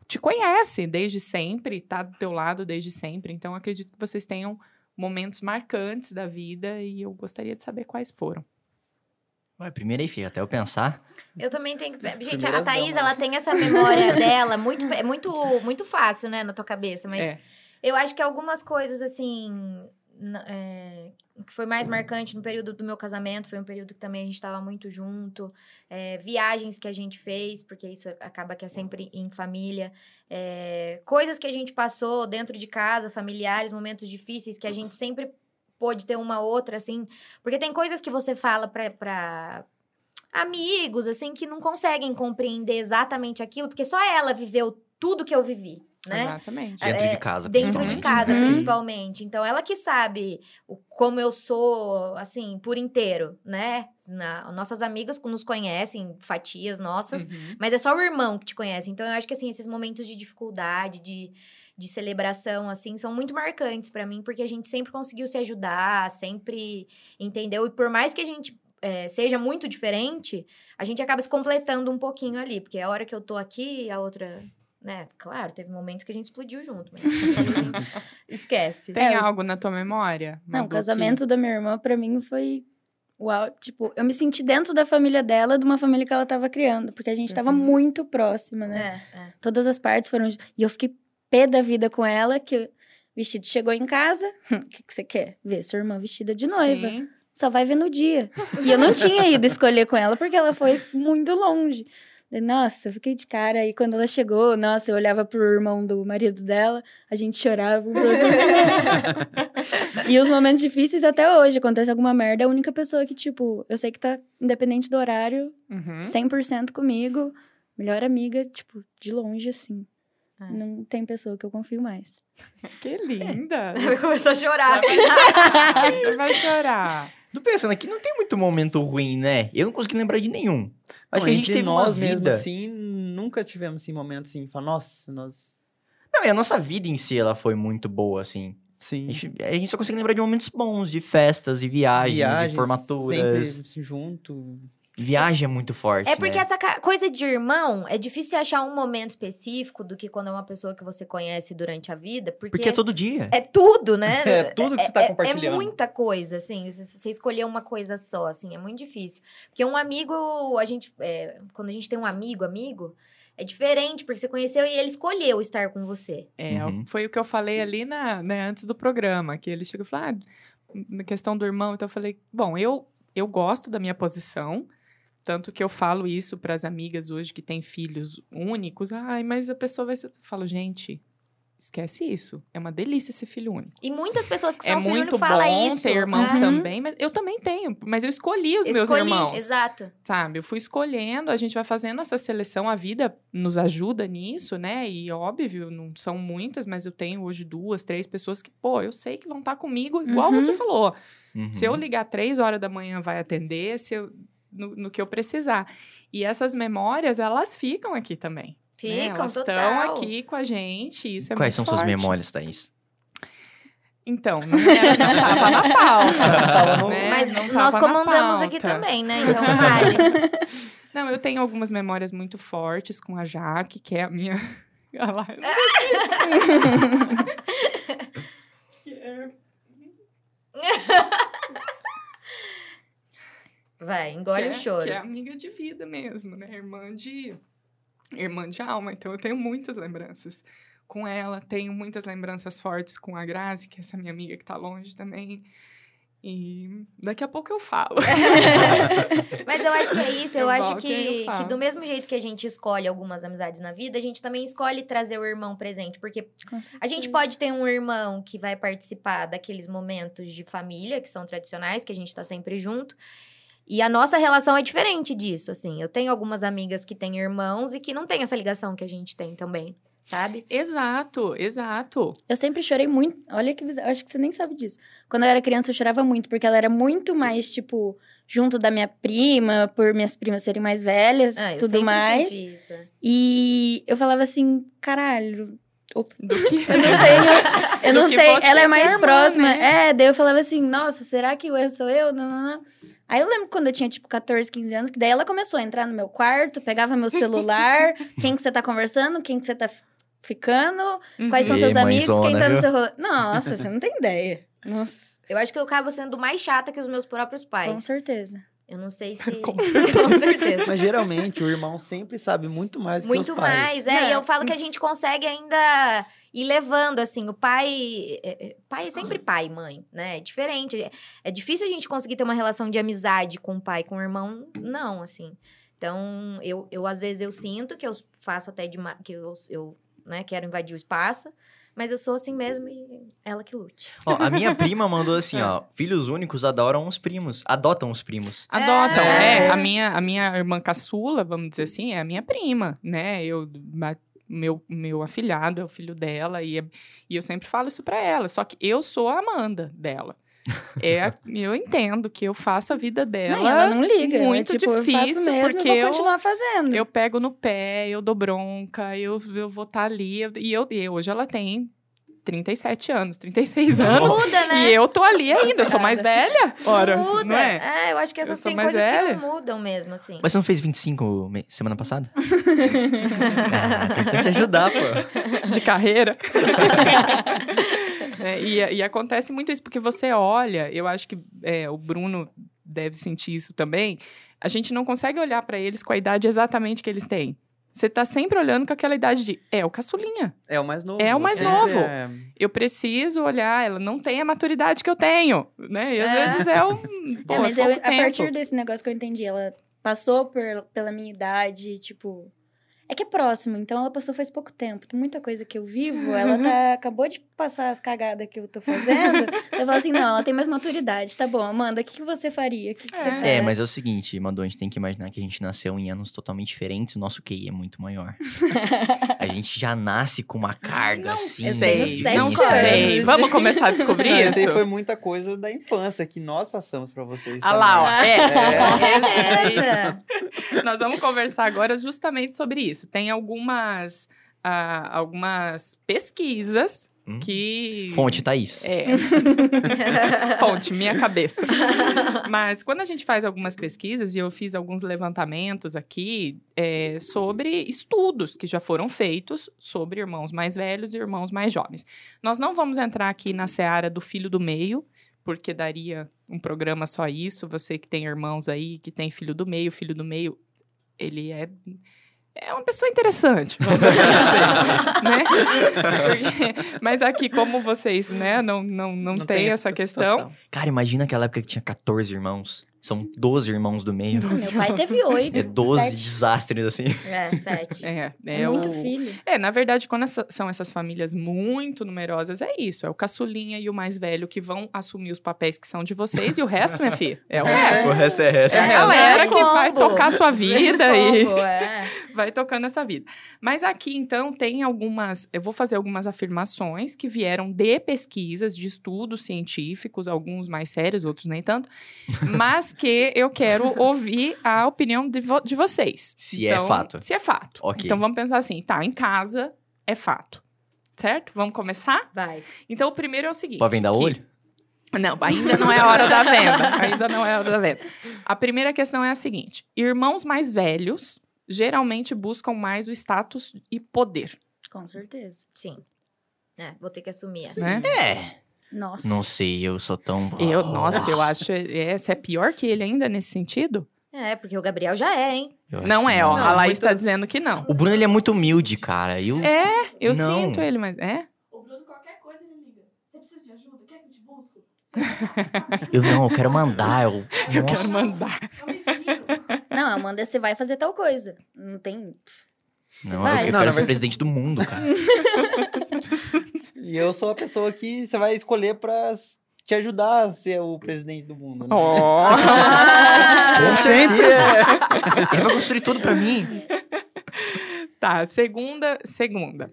A: te conhece desde sempre, tá do teu lado desde sempre. Então, acredito que vocês tenham momentos marcantes da vida e eu gostaria de saber quais foram.
B: Ué, primeiro aí, filho, até eu pensar.
C: Eu também tenho que. Gente, a
D: Primeiras
C: Thaís,
D: damas.
C: ela tem essa memória dela muito, é muito, muito fácil, né, na tua cabeça. Mas
A: É.
C: eu acho que algumas coisas, assim. n- é, que foi mais marcante no período do meu casamento, foi um período que também a gente estava muito junto. é, viagens que a gente fez, porque isso acaba que é sempre em família. é, coisas que a gente passou dentro de casa, familiares, momentos difíceis que a gente sempre pôde ter uma outra, assim. Porque tem coisas que você fala pra. pra amigos, assim, que não conseguem compreender exatamente aquilo, porque só ela viveu tudo que eu vivi, né?
A: Exatamente. Uhum.
C: É,
B: Dentro de casa,
C: Dentro de
B: principalmente,
C: casa,
B: né?
E: Uhum.
C: principalmente. Então, ela que sabe o- como eu sou, assim, por inteiro, né? Na- nossas amigas nos conhecem, fatias nossas.
A: Uhum.
C: Mas é só o irmão que te conhece. Então, eu acho que, assim, esses momentos de dificuldade, de, de celebração, assim, são muito marcantes pra mim, porque a gente sempre conseguiu se ajudar, sempre entendeu. E por mais que a gente eh, seja muito diferente, a gente acaba se completando um pouquinho ali. Porque a hora que eu tô aqui, a outra. Né? Claro, teve momentos que a gente explodiu junto, mas isso aí a gente esquece.
A: Tem
E: É, os-
A: algo na tua memória?
E: Não,
A: Madu,
E: o
A: que-
E: casamento da minha irmã, pra mim, foi. Uau, tipo, eu me senti dentro da família dela, de uma família que ela tava criando, porque a gente tava
A: Uhum.
E: muito próxima, né?
C: É, é.
E: Todas as partes foram. E eu fiquei pé da vida com ela, que o vestido chegou em casa. (laughs) O que, que você quer? Ver sua irmã vestida de noiva.
A: Sim.
E: Só vai ver no dia. E eu não tinha ido escolher com ela, porque ela foi muito longe. Daí, Nossa, eu fiquei de cara. E quando ela chegou, nossa, eu olhava pro irmão do marido dela, a gente chorava. um pro outro. e os momentos difíceis até hoje. Acontece alguma merda, é a única pessoa que, tipo, eu sei que tá independente do horário,
A: Uhum.
C: Hum?
E: 100% comigo. Melhor amiga, tipo, de longe, assim.
C: É.
E: Não tem pessoa que eu confio mais.
A: Que linda!
C: Ela começou a chorar.
A: Você vai chorar.
B: Tô pensando aqui, não tem muito momento ruim, né? Eu não consegui lembrar de nenhum. Acho
D: Não,
B: que a gente
D: entre
B: teve uma
D: nós
B: vida...
D: mesmo, assim, nunca tivemos, assim, momentos assim, falar, nossa, nós...
B: Não, e a nossa vida em si, ela foi muito boa, assim.
D: Sim.
B: A gente, a gente só consegue lembrar de momentos bons, de festas e viagens, e formaturas.
D: Sempre assim, junto.
B: Viagem é muito forte.
C: É porque
B: né?
C: essa ca- coisa de irmão, é difícil você achar um momento específico do que quando é uma pessoa que você conhece durante a vida, porque,
B: Porque é todo dia.
C: é
A: (laughs)
C: tudo, né?
D: É tudo que você tá
C: É
D: compartilhando.
C: muita coisa, assim, você- você escolher uma coisa só, assim, é muito difícil. Porque um amigo, a gente, é, quando a gente tem um amigo, amigo, é diferente, porque você conheceu e ele escolheu estar com você.
A: É,
B: Uhum.
A: Foi o que eu falei ali na, né, antes do programa, que ele chegou e falou, ah, na questão do irmão, então eu falei, bom, eu, eu gosto da minha posição, tanto que eu falo isso para as amigas hoje que têm filhos únicos, ai, mas a pessoa vai ser... Eu falo, gente, esquece isso, é uma delícia ser filho único.
C: E muitas pessoas que
A: é
C: são filho
A: muito
C: único
A: bom
C: falam isso.
A: ter irmãos
C: né?
A: também, mas eu também tenho, mas eu escolhi os meus
C: Escolhi,
A: irmãos Né,
C: Exato.
A: sabe? Eu fui escolhendo, a gente vai fazendo essa seleção, a vida nos ajuda nisso, né? E óbvio, não são muitas, mas eu tenho hoje duas, três pessoas que, pô, eu sei que vão estar comigo, igual
E: Uhum.
A: você falou.
B: Uhum.
A: Se eu ligar três horas da manhã, vai atender, se eu. no, no que eu precisar. E essas memórias, elas ficam aqui também. né?
C: Ficam
A: Elas
C: total.
A: estão aqui com a gente. Isso é
B: Quais são
A: muito
B: suas
A: forte.
B: memórias, Thaís?
A: Então, não era- não tava na
B: (laughs) Tava
A: pauta.
B: no-
A: né?
C: Mas
A: Não
C: nós
A: tava na
C: comandamos aqui
A: pauta. (laughs)
C: também, né? Então vale.
A: Não, eu tenho algumas memórias muito fortes com a Jaque, que é a minha. (laughs) Olha lá, eu não consigo. Que é-
C: Vai, engole
A: que é-
C: o choro.
A: Que é amiga de vida mesmo, né? Irmã de. Irmã de alma. Então eu tenho muitas lembranças com ela. Tenho muitas lembranças fortes com a Grazi, que é essa minha amiga que tá longe também. E daqui a pouco eu falo.
C: Mas eu acho que é isso, eu,
A: Eu
C: acho
A: volto e aí eu
C: que,
A: falo.
C: que do mesmo jeito que a gente escolhe algumas amizades na vida, a gente também escolhe trazer o irmão presente, porque a gente pode ter um irmão que vai participar daqueles momentos de família que são tradicionais, que a gente tá sempre junto. E a nossa relação é diferente disso, assim. Eu tenho algumas amigas que têm irmãos e que não têm essa ligação que a gente tem também,
A: (laughs)
C: sabe?
A: exato, exato.
E: Eu sempre chorei muito. Olha que bizarro. Acho que você nem sabe disso. Quando eu era criança, eu chorava muito, porque ela era muito mais, tipo, junto da minha prima, por minhas primas serem mais velhas,
C: Ah, eu
E: tudo
C: sempre
E: mais.
C: senti isso.
E: E eu falava assim, caralho, (laughs)
A: Do que.
E: eu não tenho.
A: (laughs)
E: Eu
A: Do
E: não
A: que
E: tenho.
A: você
E: Ela é
A: tem
E: mais
A: irmã, né?
E: próxima. É, daí eu falava assim, nossa, será que o erro sou eu? Não, não, não. Aí eu lembro quando eu tinha, tipo, 14, 15 anos, que daí ela começou a entrar no meu quarto, pegava
A: (laughs)
E: meu celular, quem que você tá conversando, quem que você tá ficando. Quais são
B: Uhum. Ei,
E: seus amigos? Quem
B: mãezona,
E: tá no
B: viu?
E: seu rolê? Nossa, você não tem ideia. Nossa.
C: Eu acho que eu acabo sendo mais chata que os meus próprios
E: Com
C: pais.
E: certeza.
C: Eu não sei se.
A: (laughs) Com
C: (laughs) Com certeza.
D: Mas geralmente o irmão sempre sabe muito mais que os
C: Muito mais,
D: pais.
C: é. E
E: Não.
C: eu falo que a gente consegue ainda ir levando, assim, o pai. é, é, Pai é sempre pai, e mãe, né? É diferente. É- É difícil a gente conseguir ter uma relação de amizade com o pai, com o irmão, não, assim. Então, eu, eu às vezes eu sinto que eu faço até de. ma- que eu, eu né, quero invadir o espaço, mas eu sou assim mesmo e ela que lute.
B: Ó, a minha prima mandou assim, ó. Filhos únicos adoram os primos. Adotam os primos.
A: Adotam,
C: É.
E: né?
A: é. A minha, a minha irmã caçula, vamos dizer assim, é a minha prima, né? Eu, ma- meu, meu afilhado é o filho dela e, é- e eu sempre falo isso pra ela. Só que eu sou a Amanda dela. É, (laughs) a- eu entendo que eu faço a vida dela.
E: Não, e ela não liga.
A: muito
E: é, tipo, eu
A: difícil,
E: faço mesmo
A: porque
E: e
A: eu-
E: vou continuar fazendo.
A: Eu pego no pé, eu dou bronca, eu, eu vou estar ali. eu- e eu, e hoje ela tem 37 anos, 36 anos.
C: Muda, né?
A: E eu tô ali ainda, eu sou mais velha. Ora,
C: Muda.
A: não é?
C: eu acho que essas
A: Eu sou
C: tem
A: mais
C: coisas que
A: velha.
C: não mudam mesmo, assim.
B: Mas você não fez 25 me- semana
A: (laughs)
B: passada? ah, tem que te ajudar, pô.
A: de carreira. (laughs) É, e, e acontece muito isso, porque você olha, eu acho que é, o Bruno deve sentir isso também. A gente não consegue olhar pra eles com a idade exatamente que eles têm. Você tá sempre olhando com aquela idade de é o caçulinha.
D: É o mais novo.
A: É o mais
D: sempre
A: novo.
D: é.
A: Eu preciso olhar, ela não tem a maturidade que eu tenho, né? E às
C: É.
A: vezes é um pô,
E: É, mas
A: pouco
E: eu- a
A: tempo.
E: partir desse negócio que eu entendi, ela passou por- pela minha idade, tipo. É que é próximo, então ela passou faz pouco tempo. Muita coisa que eu vivo,
A: Uhum.
E: ela tá, acabou de passar as cagadas que eu tô
A: (laughs)
E: fazendo. eu falo assim, não, ela tem mais maturidade, tá bom. Amanda, o que, que você faria? O que, que você
A: É.
E: faz?
B: É, mas é o seguinte, Madu, a gente tem que imaginar que a gente nasceu em anos totalmente diferentes, o nosso QI é
A: (laughs)
B: muito maior. a gente já nasce com uma carga,
A: Não
B: assim.
A: sei,
E: Eu tenho
B: de-
E: sete
A: não
E: anos.
A: sei. Vamos começar a descobrir
D: Não,
A: isso?
D: aí assim, foi muita coisa da infância que nós passamos pra vocês.
A: Ah lá, ó.
D: também.
A: É.
C: Com
A: É.
C: certeza.
A: Nós vamos conversar agora justamente sobre isso. Tem algumas, ah, algumas pesquisas
B: Hum.
A: que.
B: Fonte, Thaís.
A: É, fonte, minha cabeça. Mas quando a gente faz algumas pesquisas, e eu fiz alguns levantamentos aqui, é, sobre estudos que já foram feitos sobre irmãos mais velhos e irmãos mais jovens. Nós não vamos entrar aqui na seara do filho do meio, porque daria um programa só isso. Você que tem irmãos aí, que tem filho do meio, filho do meio, ele é. É uma pessoa interessante, vamos assim dizer, (laughs) né? Porque- mas aqui, como vocês né, não, não, não, tem, essa questão,
D: situação.
B: Cara, imagina aquela época que tinha 14 irmãos. São 12 irmãos do meio.
E: Meu pai teve oito.
B: É 12
E: sete.
B: desastres, assim.
C: É, sete.
A: É,
E: É,
A: é,
E: muito
A: o-
E: filho.
A: É, na verdade, quando essa- são essas famílias muito numerosas, é isso. É o caçulinha e o mais velho que vão assumir os papéis que são de vocês e o resto, minha filha, é o resto.
B: (laughs) O resto é resto.
A: É a
C: É,
A: galera
C: vira
A: que vai
C: combo.
A: tocar sua
C: (laughs)
A: vida
C: Vira
A: e
C: combo, é.
A: vai tocando essa vida. Mas aqui, então, tem algumas. Eu vou fazer algumas afirmações que vieram de pesquisas, de estudos científicos, alguns mais sérios, outros nem tanto, mas que eu
B: (laughs)
A: quero ouvir a opinião de, vo- de vocês.
B: Se é fato.
A: Se é fato.
B: Ok.
A: Então vamos pensar assim, tá, em casa é fato. Certo? Vamos começar?
C: Vai.
A: Então o primeiro é o seguinte.
B: Pode vender
A: que-
B: olho?
A: Não, ainda não é a hora da venda. (laughs) Ainda não é a hora da venda. A primeira questão é a seguinte: irmãos mais velhos geralmente buscam mais o status e poder.
E: Com certeza.
C: Sim. É, vou ter que assumir essa.
A: Né?
B: É.
E: Nossa.
B: Não sei, eu sou tão.
A: Eu, nossa, eu acho. É, você é pior que ele ainda nesse sentido?
C: É, porque o Gabriel já
A: (laughs)
C: é, hein?
B: Eu acho
A: Não
B: que
A: é, ó. a
D: Não,
A: Laís tá
D: muitas-
A: dizendo que não.
B: O Bruno ele é muito humilde, cara. E o-
A: É, eu
B: Não.
A: sinto ele, mas. É?
F: O Bruno, qualquer coisa, ele liga. Você precisa de ajuda? Quer que eu te busque?
B: eu não, eu quero mandar. Eu,
A: (laughs) Eu
B: Nossa.
A: quero mandar.
F: Eu me viro.
E: Não, Amanda, você vai fazer tal coisa. Não tem. Você
B: Não, eu,
E: vai?
B: eu
D: Não,
B: quero
D: na
B: ser
D: verdade-
B: presidente do mundo, cara.
A: (laughs)
D: E eu sou a pessoa que você vai escolher pra s- te ajudar a ser o presidente do mundo. Né?
A: Ó.
B: Com
D: Sempre
A: (laughs)
D: é.
B: Ele vai construir tudo pra mim.
A: Tá, segunda, segunda.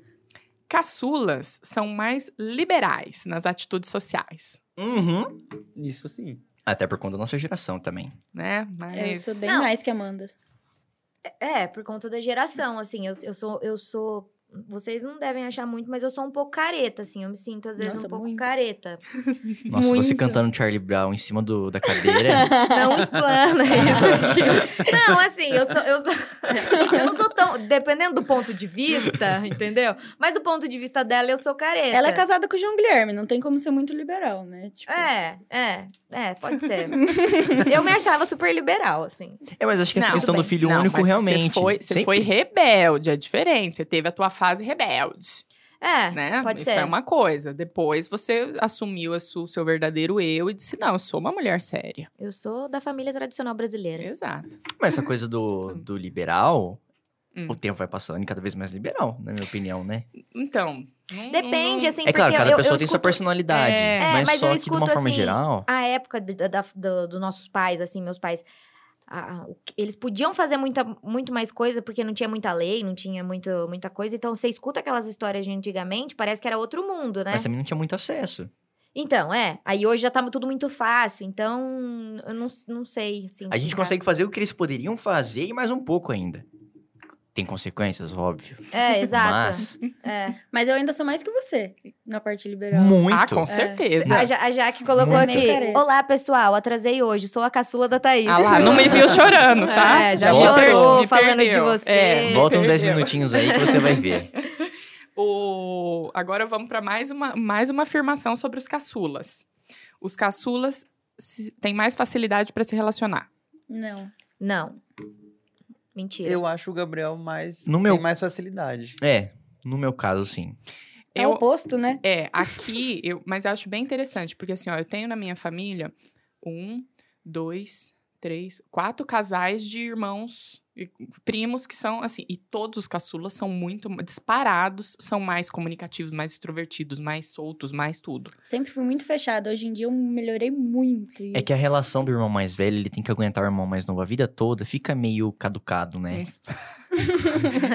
A: Caçulas são mais liberais nas atitudes sociais,
B: Uhum.
D: Isso sim.
B: Até por conta da nossa geração também.
A: né?
E: Eu
A: Mas
E: sou bem
C: Não.
E: mais que a Amanda.
C: É, por conta da geração, assim, eu, eu sou, eu sou. Vocês não devem achar muito, mas eu sou um pouco careta, assim. Eu me sinto, às vezes,
E: Nossa,
C: um pouco
E: muito.
C: careta.
B: Nossa, você
E: Muito.
B: cantando Charlie Brown em cima do,
A: (laughs)
B: da cadeira.
C: (laughs) Não explana isso aqui. (laughs) Não, assim, eu sou, eu sou. (laughs) Eu não sou tão. Dependendo do ponto de vista, entendeu? Mas do ponto de vista dela, eu sou careta.
E: Ela é casada com o João Guilherme, não tem como ser muito liberal, né? Tipo,
C: É, é, é, pode ser. eu me achava super liberal, assim.
B: é, mas acho que essa
A: Não,
B: questão
C: tudo
B: do filho
A: Não,
B: único
A: mas
B: realmente.
A: Você foi, você
B: sempre-
A: foi rebelde, é diferente. Você teve a tua fase rebelde,
C: É,
A: né?
C: pode
A: Isso
C: ser.
A: é uma coisa. Depois você assumiu a su- seu verdadeiro eu e disse: não, eu sou uma mulher séria.
C: Eu sou da família tradicional brasileira.
A: Exato.
B: Mas essa
A: (laughs)
B: coisa do, do liberal,
A: Hum.
B: o tempo vai passando e cada vez mais liberal, na minha opinião, né?
A: Então. não-
C: Depende,
A: não-
C: assim,
B: é
C: porque
B: claro, cada
C: eu,
B: pessoa
C: eu
B: tem sua
C: escuto
B: personalidade.
A: É,
B: mas,
C: mas
B: só
C: eu
B: que de uma
C: escuto,
B: forma
C: assim,
B: geral.
C: a época do- da- da- do- dos nossos pais, assim, meus pais. a- a- o que- eles podiam fazer muita, muito mais coisa porque não tinha muita lei, não tinha muito, muita coisa. Então, você escuta aquelas histórias de antigamente, parece que era outro mundo, né?
B: Mas também não tinha muito acesso.
C: Então, é. Aí hoje já tá tudo muito fácil. Então, eu não, não sei, assim.
B: A gente
C: explicar.
B: consegue fazer o que eles poderiam fazer e mais um pouco ainda. Tem consequências, óbvio.
C: É, exato.
B: Mas,
C: É.
E: Mas eu ainda sou mais que você na parte liberal.
B: muito.
A: Ah,
C: É.
A: com certeza.
B: é.
C: A, Ja- a Jaque colocou
B: Muito.
C: aqui.
E: Meio careta.
C: Olá, pessoal. Atrasei hoje. Sou a caçula da Thaís.
A: Ah lá, não me viu
C: (laughs)
A: chorando, tá?
C: É, já
A: Me
B: chorou
A: perdeu, me
C: falando de
A: perdeu.
C: você.
A: É,
B: Volta uns
A: (laughs)
B: 10
A: perdeu.
B: minutinhos aí que você vai ver.
A: O... Agora vamos para mais uma, mais uma afirmação sobre os caçulas. Os caçulas se- têm mais facilidade para se relacionar.
E: Não.
C: Não. Mentira.
D: Eu acho o Gabriel mais.
B: No meu-
D: Tem mais facilidade.
B: É, no meu caso, sim.
E: É
A: Eu-
E: o oposto, né?
A: É, aqui, eu, mas eu acho bem interessante, porque assim, ó, eu tenho na minha família um, dois, três, quatro casais de irmãos e primos que são assim, e todos os caçulas são muito disparados, são mais comunicativos, mais extrovertidos, mais soltos, mais tudo.
E: Sempre fui muito fechada. Hoje em dia eu melhorei muito. Isso.
B: É que a relação do irmão mais velho, ele tem que aguentar o irmão mais novo a vida toda, fica meio caducado, né? (laughs)
A: Uns- (laughs)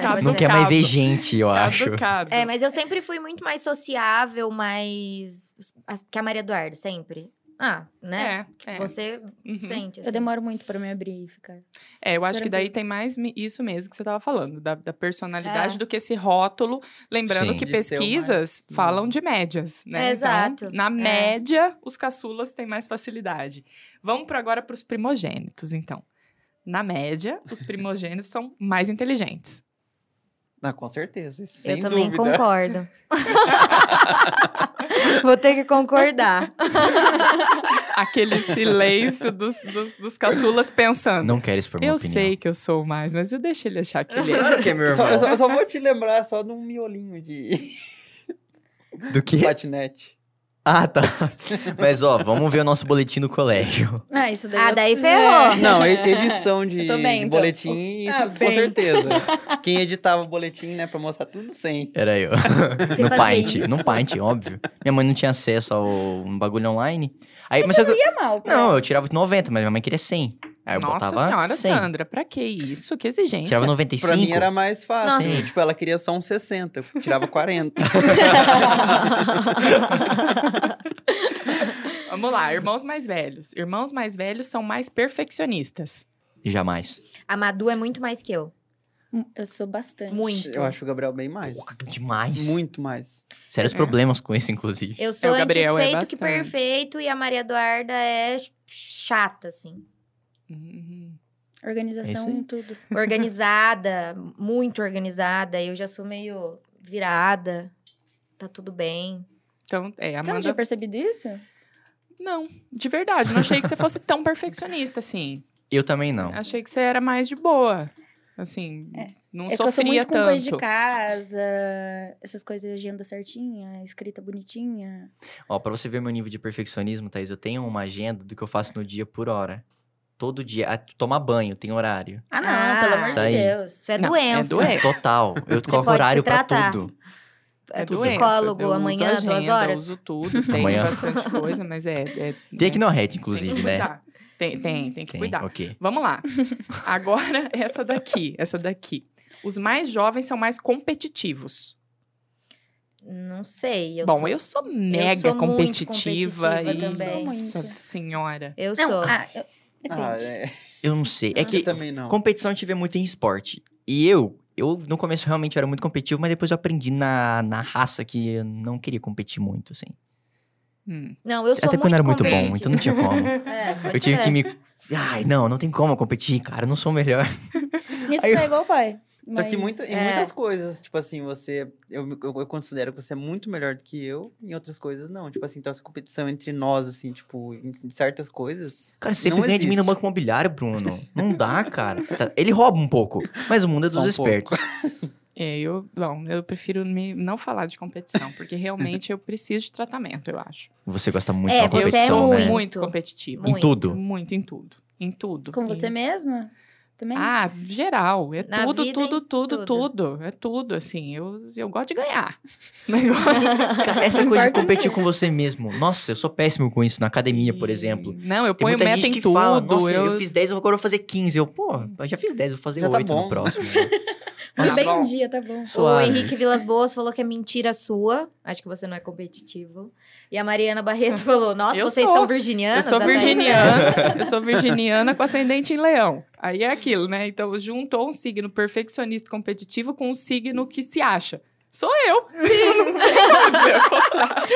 A: Tá
C: Pode
B: Não
C: ser.
B: quer mais
A: Caducado.
B: ver gente, eu
A: Tá
B: acho.
A: (laughs) Caducado.
C: É, mas eu sempre fui muito mais sociável, mais. as- que a Maria Eduardo, sempre. Ah, né?
A: É, é.
C: Você
A: Uhum.
C: sente. Assim.
E: Eu demoro muito pra me abrir e ficar.
A: É, eu acho que daí
E: Tranquilo.
A: tem mais mi- isso mesmo que você estava falando, da, da personalidade
C: É.
A: do que esse rótulo. Lembrando
B: Sim.
A: que
D: De ser o mais-
A: pesquisas falam de médias, né? Então,
C: Exato, é.
A: na média, os caçulas têm mais facilidade. Vamos pra agora para os primogênitos, então. Na média, os primogênitos são mais inteligentes.
D: Ah, com certeza. isso
C: Eu
D: sem
C: também
A: (laughs)
D: dúvida.
C: concordo. (laughs) Vou ter que concordar.
B: (laughs)
A: Aquele silêncio dos, dos, dos caçulas pensando.
B: Não quero expor minha
A: eu
B: opinião.
A: sei que eu sou o mais, mas eu deixo ele achar que ele é.
B: Claro que é meu
D: Eu só, eu
B: irmão.
D: só- eu só vou te lembrar só de um miolinho (laughs) de
B: Do que?
D: patinete.
B: (laughs) Ah, tá. Mas, ó, vamos ver o nosso boletim do colégio.
E: Ah, isso daí.
C: Ah,
E: eu- É.
C: daí ferrou.
D: Não, e- edição de,
E: Eu tô bem,
D: de
E: então.
D: boletim,
E: Ah,
D: isso, com
E: bem.
D: certeza. Quem editava o boletim, né, pra mostrar tudo sem.
B: Era eu.
E: (laughs) Você
B: no
E: fazia
B: Paint.
E: isso?
B: No Paint, óbvio. Minha mãe não tinha acesso ao um bagulho online. Aí, mas eu,
E: Ia mal. pra-
B: não, eu tirava 90, mas minha mãe queria 100. Aí Ah, eu
A: Nossa
B: botava
A: senhora,
B: 100.
A: Sandra, pra que isso? Que exigência.
B: Tirava
D: Pra
B: 95.
D: mim era mais fácil.
C: Nossa.
D: assim, Tipo, ela queria só um 60, eu (laughs) tirava 40.
A: Vamos lá, irmãos mais velhos. Irmãos mais velhos são mais perfeccionistas.
B: Jamais.
C: A Madu é muito mais que eu.
E: Hum, Eu sou bastante.
C: Muito.
D: Eu acho o Gabriel bem mais.
B: Porra, demais.
D: Muito mais.
B: Sérios problemas com isso, inclusive.
C: Eu sou
A: o Gabriel é
C: antisfeito que
A: bastante.
C: perfeito e a Maria Eduarda é ch- chata, assim.
A: Uhum.
E: Organização,
B: É isso aí.
E: tudo.
C: Organizada, (laughs) muito organizada. Eu já sou meio virada. Tá tudo bem.
A: Então, é,
E: Você não tinha
A: Amanda.
E: percebido isso?
A: Não, de verdade. Não achei que você fosse tão perfeccionista assim.
B: Eu também não.
A: Achei que você era mais de boa. Assim, não
E: é que eu sou
A: sofria
E: muito com coisa
A: tanto.
E: de casa, essas coisas, agenda certinha, escrita bonitinha.
B: Ó, pra você ver meu nível de perfeccionismo, Thaís, eu tenho uma agenda do que eu faço no dia por hora. Todo dia. Ah, tomar banho, tem horário.
E: Ah, não,
C: Ah,
E: pelo amor
B: isso
E: de
B: aí.
E: Deus.
C: Isso é
A: Não, é
C: doença.
A: doença. Ué.
B: Total. Eu coloco
C: pode se
B: horário pra
C: tratar.
B: tudo.
C: É
A: doença,
C: psicólogo
A: eu uso
C: amanhã,
A: agenda,
C: duas horas.
A: Eu uso tudo,
B: (laughs)
A: tem
B: Amanhã.
A: bastante coisa, mas é. é-
B: Tem aqui
A: né,
B: no Red,
A: tem
B: inclusive,
A: que
B: né?
A: cuidar. Tem,
E: Uhum.
A: tem, tem que
B: Tem,
A: cuidar.
B: ok.
A: Vamos lá. Agora, (laughs) essa daqui, essa daqui. Os mais jovens são mais competitivos.
C: Não sei. Eu
A: Bom,
C: sou...
A: eu sou mega
C: sou muito
A: competitiva,
C: competitiva
A: e
C: também.
A: nossa
E: Muito.
A: senhora.
C: Eu
E: Não,
C: sou.
E: ah, eu- depende.
D: Ah, é.
B: Eu não sei. É que
D: Eu também não.
B: competição eu tive muito em esporte. E eu, eu no começo realmente era muito competitivo, mas depois eu aprendi na, na raça que eu não queria competir muito, assim.
A: Hum.
C: Não, eu sou
B: Até
C: muito
B: quando era muito bom,
C: competitiva.
B: então não tinha como.
C: (laughs) É, pode
B: Eu tive
C: ser.
B: que me. Ai, não, não tem como eu competir, cara. Eu não sou o melhor.
E: Nisso
B: Aí
E: é igual o pai.
D: Só que
E: mas-
D: muito, em
C: É.
D: muitas coisas, tipo assim, você. Eu, me- eu, eu considero que você é muito melhor do que eu, em outras coisas não. Tipo assim, então essa competição entre nós, assim, tipo, em em certas coisas.
B: Cara, você sempre
D: não
B: ganha de mim no
D: existe.
B: banco imobiliário, Bruno. Não dá, cara. Tá, Ele rouba um pouco, mas o mundo é
D: Só
B: dos
D: um
B: espertos.
A: É, eu, bom, eu prefiro me- não falar de competição, porque realmente eu preciso de tratamento, eu acho.
B: Você gosta muito
C: É,
B: da
C: você é
B: competição,
A: eu sou
B: né?
A: muito competitiva.
B: Em tudo.
A: Muito em tudo. Em tudo.
E: Com você
A: em...
E: mesma? Também?
A: Ah, geral. É
C: Na
A: tudo,
C: vida,
A: tudo,
C: em
A: tudo,
C: tudo.
A: tudo. É tudo, assim. Eu, eu gosto de ganhar. (laughs) Negócio.
B: Cara, essa coisa de
E: Importa
B: competir com você mesmo. Nossa, eu sou péssimo com isso na academia, por exemplo.
A: assim. Não, eu
B: Tem
A: ponho
B: muita
A: meta
B: gente
A: em
B: que
A: tudo.
B: fala, nossa, eu...
A: eu...
B: fiz 10, agora eu vou fazer 15. Eu, pô, eu já fiz 10, vou fazer
D: Já tá
B: 8 no
A: (laughs)
D: bom.
B: próximo. né?
E: Tudo
D: tá
E: bem
D: bom.
E: um dia, tá bom.
C: O
B: Suave.
C: Henrique Vilas Boas falou que é mentira sua. Acho que você não é competitivo. E a Mariana Barreto (laughs) falou: Nossa,
A: Eu
C: vocês
A: sou.
C: são virginianas.
A: Eu sou
C: da Thaís?"
A: virginiana, eu sou virginiana com ascendente em leão. Aí é aquilo, né? Então juntou um signo perfeccionista e competitivo com um signo que se acha. Sou (laughs) eu. Não tem como dizer o contrário.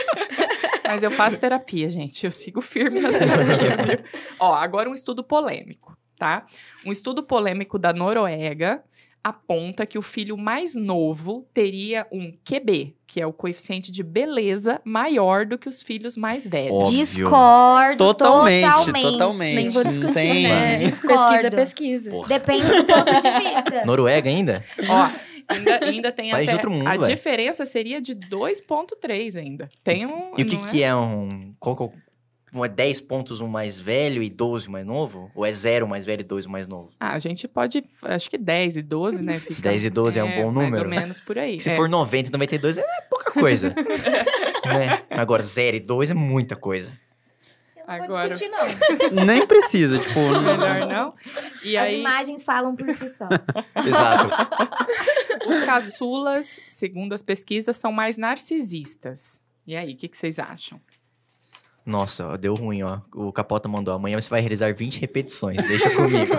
A: Mas eu faço terapia, gente. Eu sigo firme na terapia. viu? Ó, agora um estudo polêmico, tá? Um estudo polêmico da Noruega aponta que o filho mais novo teria um QB, que é o coeficiente de beleza maior do que os filhos mais velhos.
B: Óbvio.
C: Discordo.
D: Totalmente,
C: Totalmente.
D: totalmente.
E: Nem vou
D: Não
E: discutir,
D: tem,
E: né?
B: mano.
E: Pesquisa,
C: Discordo.
E: é pesquisa.
B: Porra.
C: Depende do ponto de vista.
B: Noruega ainda?
C: (laughs)
A: Ó, ainda, ainda tem
B: País
A: até...
B: de outro mundo,
A: a
B: velho.
A: diferença seria de 2.3 ainda. Tem um...
B: E o que,
A: não
B: que é um. Qual que é o- um é 10 pontos um mais velho e 12 mais novo? Ou é 0 mais velho e 2 mais novo?
A: Ah, a gente pode... Acho que 10 e 12, né? Fica,
B: 10 e 12 é, um bom
A: Mais ou
B: número.
A: menos por aí.
B: Se
A: é.
B: for 90 e 92 é pouca coisa.
A: (laughs)
B: né? Agora 0 e 2 é muita coisa.
C: Eu não vou
A: Agora.
C: discutir, não.
D: Nem precisa,
A: (laughs)
D: tipo.
A: Melhor não. E
C: As
A: aí,
C: imagens falam por si só.
B: Exato.
A: os caçulas, segundo as pesquisas, são mais narcisistas. E aí, o que, que vocês acham?
B: Nossa, ó, deu ruim, ó. O Capota mandou. Amanhã você vai realizar 20 repetições. Deixa comigo.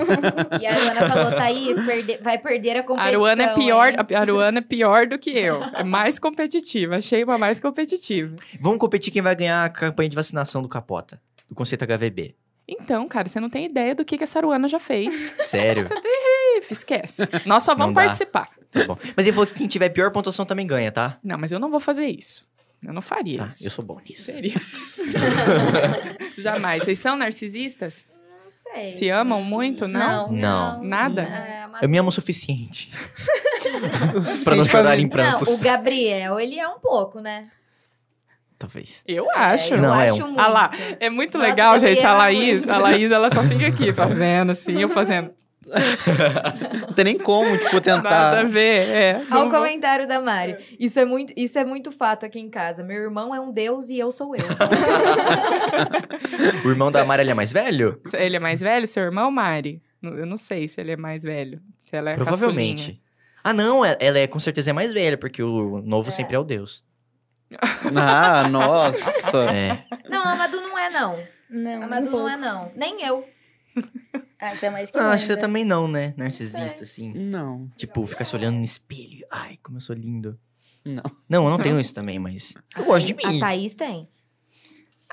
C: E a Aruana falou: Thaís, perde- vai perder a
A: A
C: competição.
A: Aruana, é pior,
C: hein?"
A: a Aruana é pior do que eu. É mais competitiva. Achei uma mais competitiva.
B: Vamos competir quem vai ganhar a campanha de vacinação do Capota. Do conceito HVB.
A: Então, cara, você não tem ideia do que, que essa Aruana já fez.
B: Sério.
A: Você teve, esquece. Nós só vamos
B: Não dá.
A: participar.
B: tá bom. Mas ele falou que quem tiver pior pontuação também ganha, tá?
A: Não, mas eu não vou fazer isso. Eu não faria
B: Tá,
C: (laughs)
A: isso.
B: eu sou bom nisso.
A: Seria. Jamais. Vocês são narcisistas?
C: Não sei.
A: Se amam muito? Não?
B: Não.
A: Nada?
C: É, uma-
B: Eu me amo o suficiente. (laughs) pra não
D: suficiente pra
B: chorar
D: mim.
B: em prantos.
C: Não, o Gabriel, ele é um pouco, né?
B: Talvez.
A: Eu acho.
C: É, eu
B: Não, é
C: acho
B: um-
C: muito.
A: Ah lá, é muito
C: Nossa,
A: legal, gente. A
C: Gabriela,
A: Laís,
C: muito.
A: a Laís, ela só fica
C: (laughs)
A: aqui fazendo assim, eu fazendo.
D: Não tem nem como, tipo,
B: tá.
A: Nada a
D: tentar.
A: ver. É,
C: Olha
A: não
C: o
A: vou-
C: comentário da Mari. Isso é, muito, isso é muito fato aqui em casa. Meu irmão é um deus e eu sou eu.
B: O irmão da Mara ele é mais velho?
A: Ele é mais velho, seu irmão, Mari? N- Eu não sei se ele é mais velho. Se ela é
B: Provavelmente. Ah, não, é- ela é com certeza é mais velha, porque o novo sempre é o Deus.
D: Ah, nossa.
B: É.
C: Não, a Madu não é, não.
E: Não,
C: A
E: nem um
C: Madu não
E: pouco.
C: é, não. Nem eu.
E: Ah, você é mais que
B: Ah, acho que
E: manda.
B: você
A: tá-
B: também não, né? Narcisista, assim.
D: Não.
B: Tipo, ficar se olhando no espelho. Ai, como eu sou lindo.
D: Não.
B: Não, eu não tenho isso também, mas. Eu gosto de mim.
C: A Thaís tem.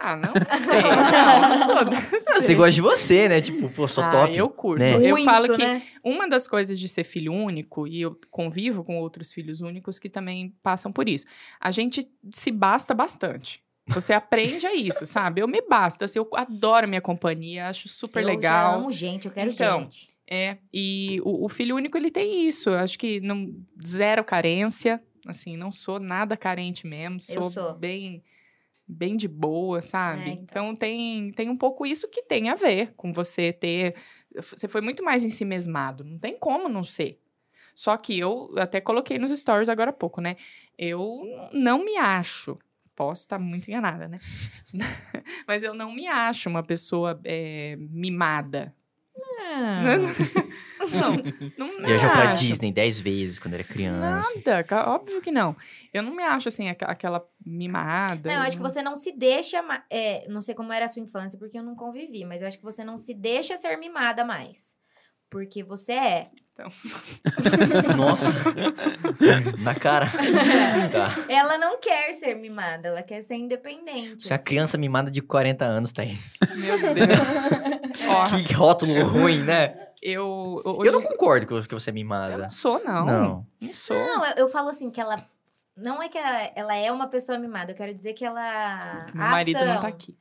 A: Ah, não
C: (laughs)
A: sei. Não, não sou dessa.
B: Você gosta de você, né? Tipo, pô, sou
A: Ah,
B: top.
A: Eu curto.
B: né?
A: eu
C: Muito,
A: falo que
C: né?
A: uma das coisas de ser filho único, e eu convivo com outros filhos únicos que também passam por isso, a gente se basta bastante. Você aprende a isso, (laughs) sabe? Eu me basta, assim, eu adoro minha companhia, acho super
C: eu
A: legal.
C: Já amo gente, eu quero
A: Então,
C: gente.
A: É, e o, o filho único, ele tem isso. Eu acho que não, zero carência. Assim, não sou nada carente mesmo. Sou,
C: sou.
A: bem bem de boa, sabe?
C: É, então.
A: então tem, tem um pouco isso que tem a ver com você ter... Você foi muito mais ensimesmado. Não tem como não ser. Só que eu até coloquei nos stories agora há pouco, né? Eu não me acho. Posso estar muito enganada, né? (laughs) Mas eu não me acho uma pessoa é, mimada.
B: Ah.
A: Ah. Não, né? (laughs) não me
B: Viajou pra né, assim.
A: acho.
B: Disney dez vezes quando era criança.
A: Nada, ca- óbvio que não. Eu não me acho assim, aqua- aquela mimada.
C: Não, eu acho que você não se deixa. ma- é, não sei como era a sua infância, porque eu não convivi, mas eu acho que você não se deixa ser mimada mais. Porque você é.
A: (laughs)
B: (laughs) Nossa. Na cara. Tá.
C: Ela não quer ser mimada, ela quer ser independente.
B: Você é uma
C: assim.
B: criança mimada de 40 anos, tá aí.
A: Meu Deus.
C: (laughs)
A: Ó,
B: Que rótulo ruim, né?
A: eu. Hoje
B: Eu não concordo com que você é mimada.
A: eu não sou, não.
B: Não.
A: Não sou.
C: Não, eu, eu falo assim que ela. Não é que ela, ela é uma pessoa mimada, eu quero dizer que ela.
A: Meu
C: a
A: marido não
C: ação,
A: tá aqui.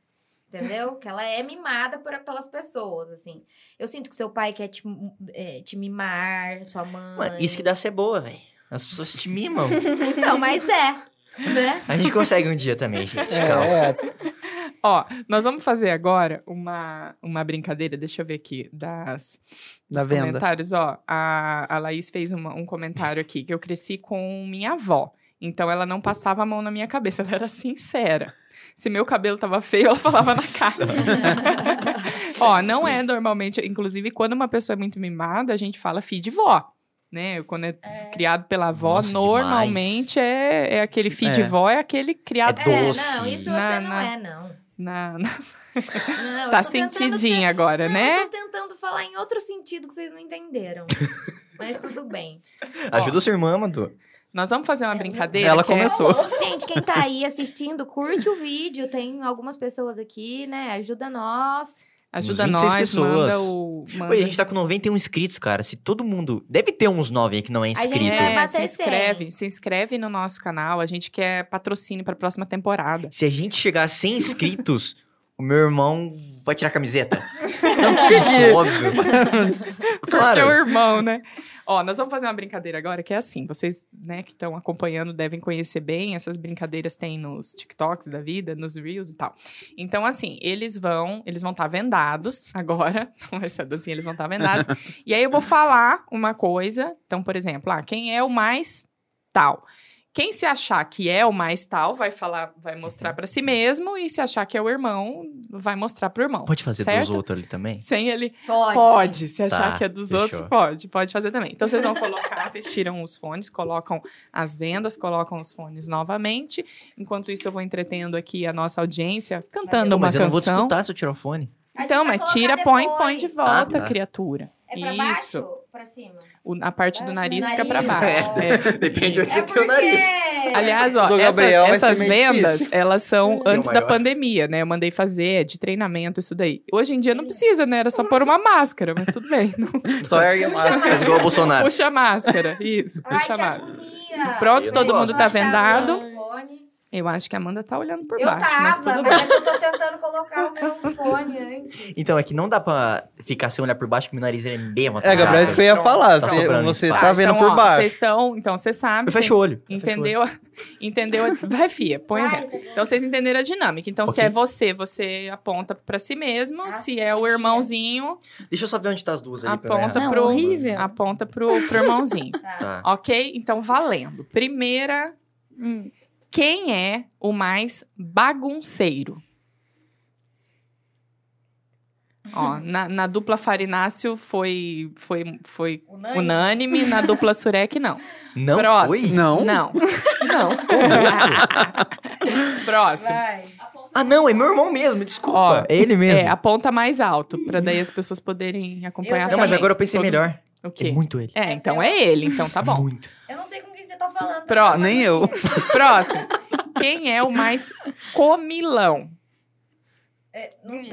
C: Entendeu? Que ela é mimada por, pelas pessoas, assim. Eu sinto que seu pai quer te, é, te mimar, sua mãe.
B: Mano, isso que dá ser boa, velho. As pessoas
A: (laughs)
B: te mimam.
C: Então, mas é. Né?
B: A gente consegue um dia também, gente. Calma.
D: É,
A: Ó, nós vamos fazer agora uma, uma brincadeira. Deixa eu ver aqui. Das,
D: Da
A: dos
D: venda.
A: comentários, ó. A, a Laís fez uma- um comentário aqui que eu cresci com minha avó. Então ela não passava a mão na minha cabeça, (laughs) ela era sincera. Se meu cabelo tava feio, ela falava na cara. (laughs) Ó, não é normalmente, inclusive, quando uma pessoa é muito mimada, a gente fala filho de vó. Né? Quando é, criado pela avó,
B: Nossa,
A: normalmente é, é aquele filho de
D: É.
A: vó, é aquele criado
B: É
C: É,
B: doce.
C: não, isso você
A: Na-
C: não
A: na-
C: é, não.
A: na, na-
C: Não, eu
A: Tá
C: tô tentando é,
A: sentidinha agora,
C: te-
A: né?
C: Não, eu tô tentando falar em outro sentido que vocês
A: (laughs)
C: não entenderam. Mas tudo bem.
A: É.
B: Ajuda sua irmã, Madu.
A: Nós vamos fazer uma brincadeira.
D: Ela
A: que é-
D: começou.
C: Gente, quem tá aí assistindo, curte o vídeo. Tem algumas pessoas aqui, né? Ajuda nós.
A: Ajuda
B: Uns 26
A: nós,
B: pessoas.
A: manda o. Manda...
B: Oi, a gente tá com 91 inscritos, cara. Se todo mundo. Deve ter uns 9 aí que não é
C: gente
B: inscrito.
C: vai bater
A: se
C: 100.
A: inscreve, se inscreve no nosso canal. A gente quer patrocínio pra próxima temporada.
B: Se a gente chegar a 100
A: (laughs)
B: inscritos, o meu irmão vai tirar a camiseta. Não, isso, óbvio.
A: Porque é o
B: Claro.
A: irmão, né? Ó, nós vamos fazer uma brincadeira agora que é assim. Vocês, né, que estão acompanhando devem conhecer bem. Essas brincadeiras tem nos TikToks da vida, nos Reels e tal. Então, assim, eles vão, eles vão estar vendados agora. (laughs) Não vai ser a dancinha, eles vão estar vendados. e aí eu vou falar uma coisa. Então, por exemplo, ah, quem é o mais tal? Quem se achar que é o mais tal vai falar, vai mostrar pra si mesmo e se achar que é o irmão, vai mostrar pro irmão.
B: Pode fazer dos
A: Certo?
B: outros ali também?
A: Sem ele
C: Pode.
A: Pode, se achar
B: Tá,
A: que é dos
B: fechou.
A: outros, pode, pode fazer também. Então vocês vão colocar, (laughs) vocês tiram os fones, colocam as vendas, colocam os fones novamente. Enquanto isso, eu vou entretendo aqui a nossa audiência, cantando
B: Não,
A: uma
B: mas eu não vou
A: canção.
B: disputar seu tirofone.
C: A gente
A: então,
C: vai
A: mas
C: colocar
A: tira, põe,
C: depois.
A: põe de volta,
B: tá.
A: criatura.
C: É pra
A: Isso.
C: baixo? Pra cima?
A: O- a parte do
E: Baixo,
A: nariz
E: nariz,
A: fica pra baixo.
C: ó.
A: É.
B: (laughs) Depende de onde
C: é porque...
A: Aliás, ó,
D: Do
A: essa-
D: Gabriel vai ser
A: essas
D: meio
A: vendas, elas são
B: Deu
A: antes da
B: maior.
A: pandemia, né? Eu mandei fazer é de treinamento, isso daí. Hoje em dia não precisa, né? Era só pôr
C: assim?
A: uma máscara, mas tudo bem. Não
D: Só ergue a
C: Não chama-
D: máscara.
B: Igual
A: (laughs)
B: o Bolsonaro.
A: Puxa a máscara, isso,
C: Ai,
A: puxa a
C: que
A: máscara.
C: agonia.
A: Pronto,
B: todo
C: Deixa
B: mundo
C: eu
B: tá
C: achar
A: vendado.
C: o fone.
A: Eu acho que a Amanda tá olhando por
C: Eu
A: baixo, mas
C: tava,
A: tudo
C: mas
A: bem.
C: é que eu tô tentando colocar o meu fone antes.
B: Então, é que não dá pra ficar sem olhar por baixo, porque meu nariz ele é bem avançado.
D: É, Gabriel, isso que eu ia falar.
B: Tá
D: Você,
B: sobrando
D: você
B: espaço.
D: tá vendo
A: então,
D: por
A: ó,
D: baixo.
A: Vocês estão, então você sabe.
B: Eu fecho o olho.
A: cê- entendeu? a- (laughs) Entendeu? a- Vai, fia, põe a
C: Ai,
A: vela.
C: tá bom.
A: Então vocês entenderam a dinâmica. Então, se
B: Ok.
A: é você, você aponta pra si mesmo.
C: Ah,
A: se é o irmãozinho,
B: Deixa eu só ver onde tá as duas ali. pra eu
A: Aponta
B: errar.
A: pro-
E: horrível.
A: aponta pro, pro irmãozinho. (laughs)
C: Tá.
B: Tá.
A: ok? Então, valendo. Primeira,
E: Hum.
A: quem é o mais bagunceiro? Ó, na, na dupla Farinácio foi, foi, foi
C: Unânime.
A: unânime, na dupla Surek, não.
B: Não
A: Próximo.
B: foi?
D: Não?
A: Não. Não. Próximo.
C: Vai.
B: Ah, não, é meu irmão mesmo, desculpa.
A: Ó,
B: é ele mesmo.
A: É, aponta mais alto, pra daí as pessoas poderem acompanhar.
C: Eu
B: Não, mas
C: também.
B: agora eu pensei
A: Todo-
B: melhor.
A: O
B: É
A: quê?
B: muito ele.
A: É, então é ele, então tá bom.
B: (laughs) Muito.
C: Eu não sei com quem você tá falando.
A: Próximo.
D: Nem (laughs) eu.
A: Próximo. Quem é o mais comilão? (laughs)
C: É, Não sei.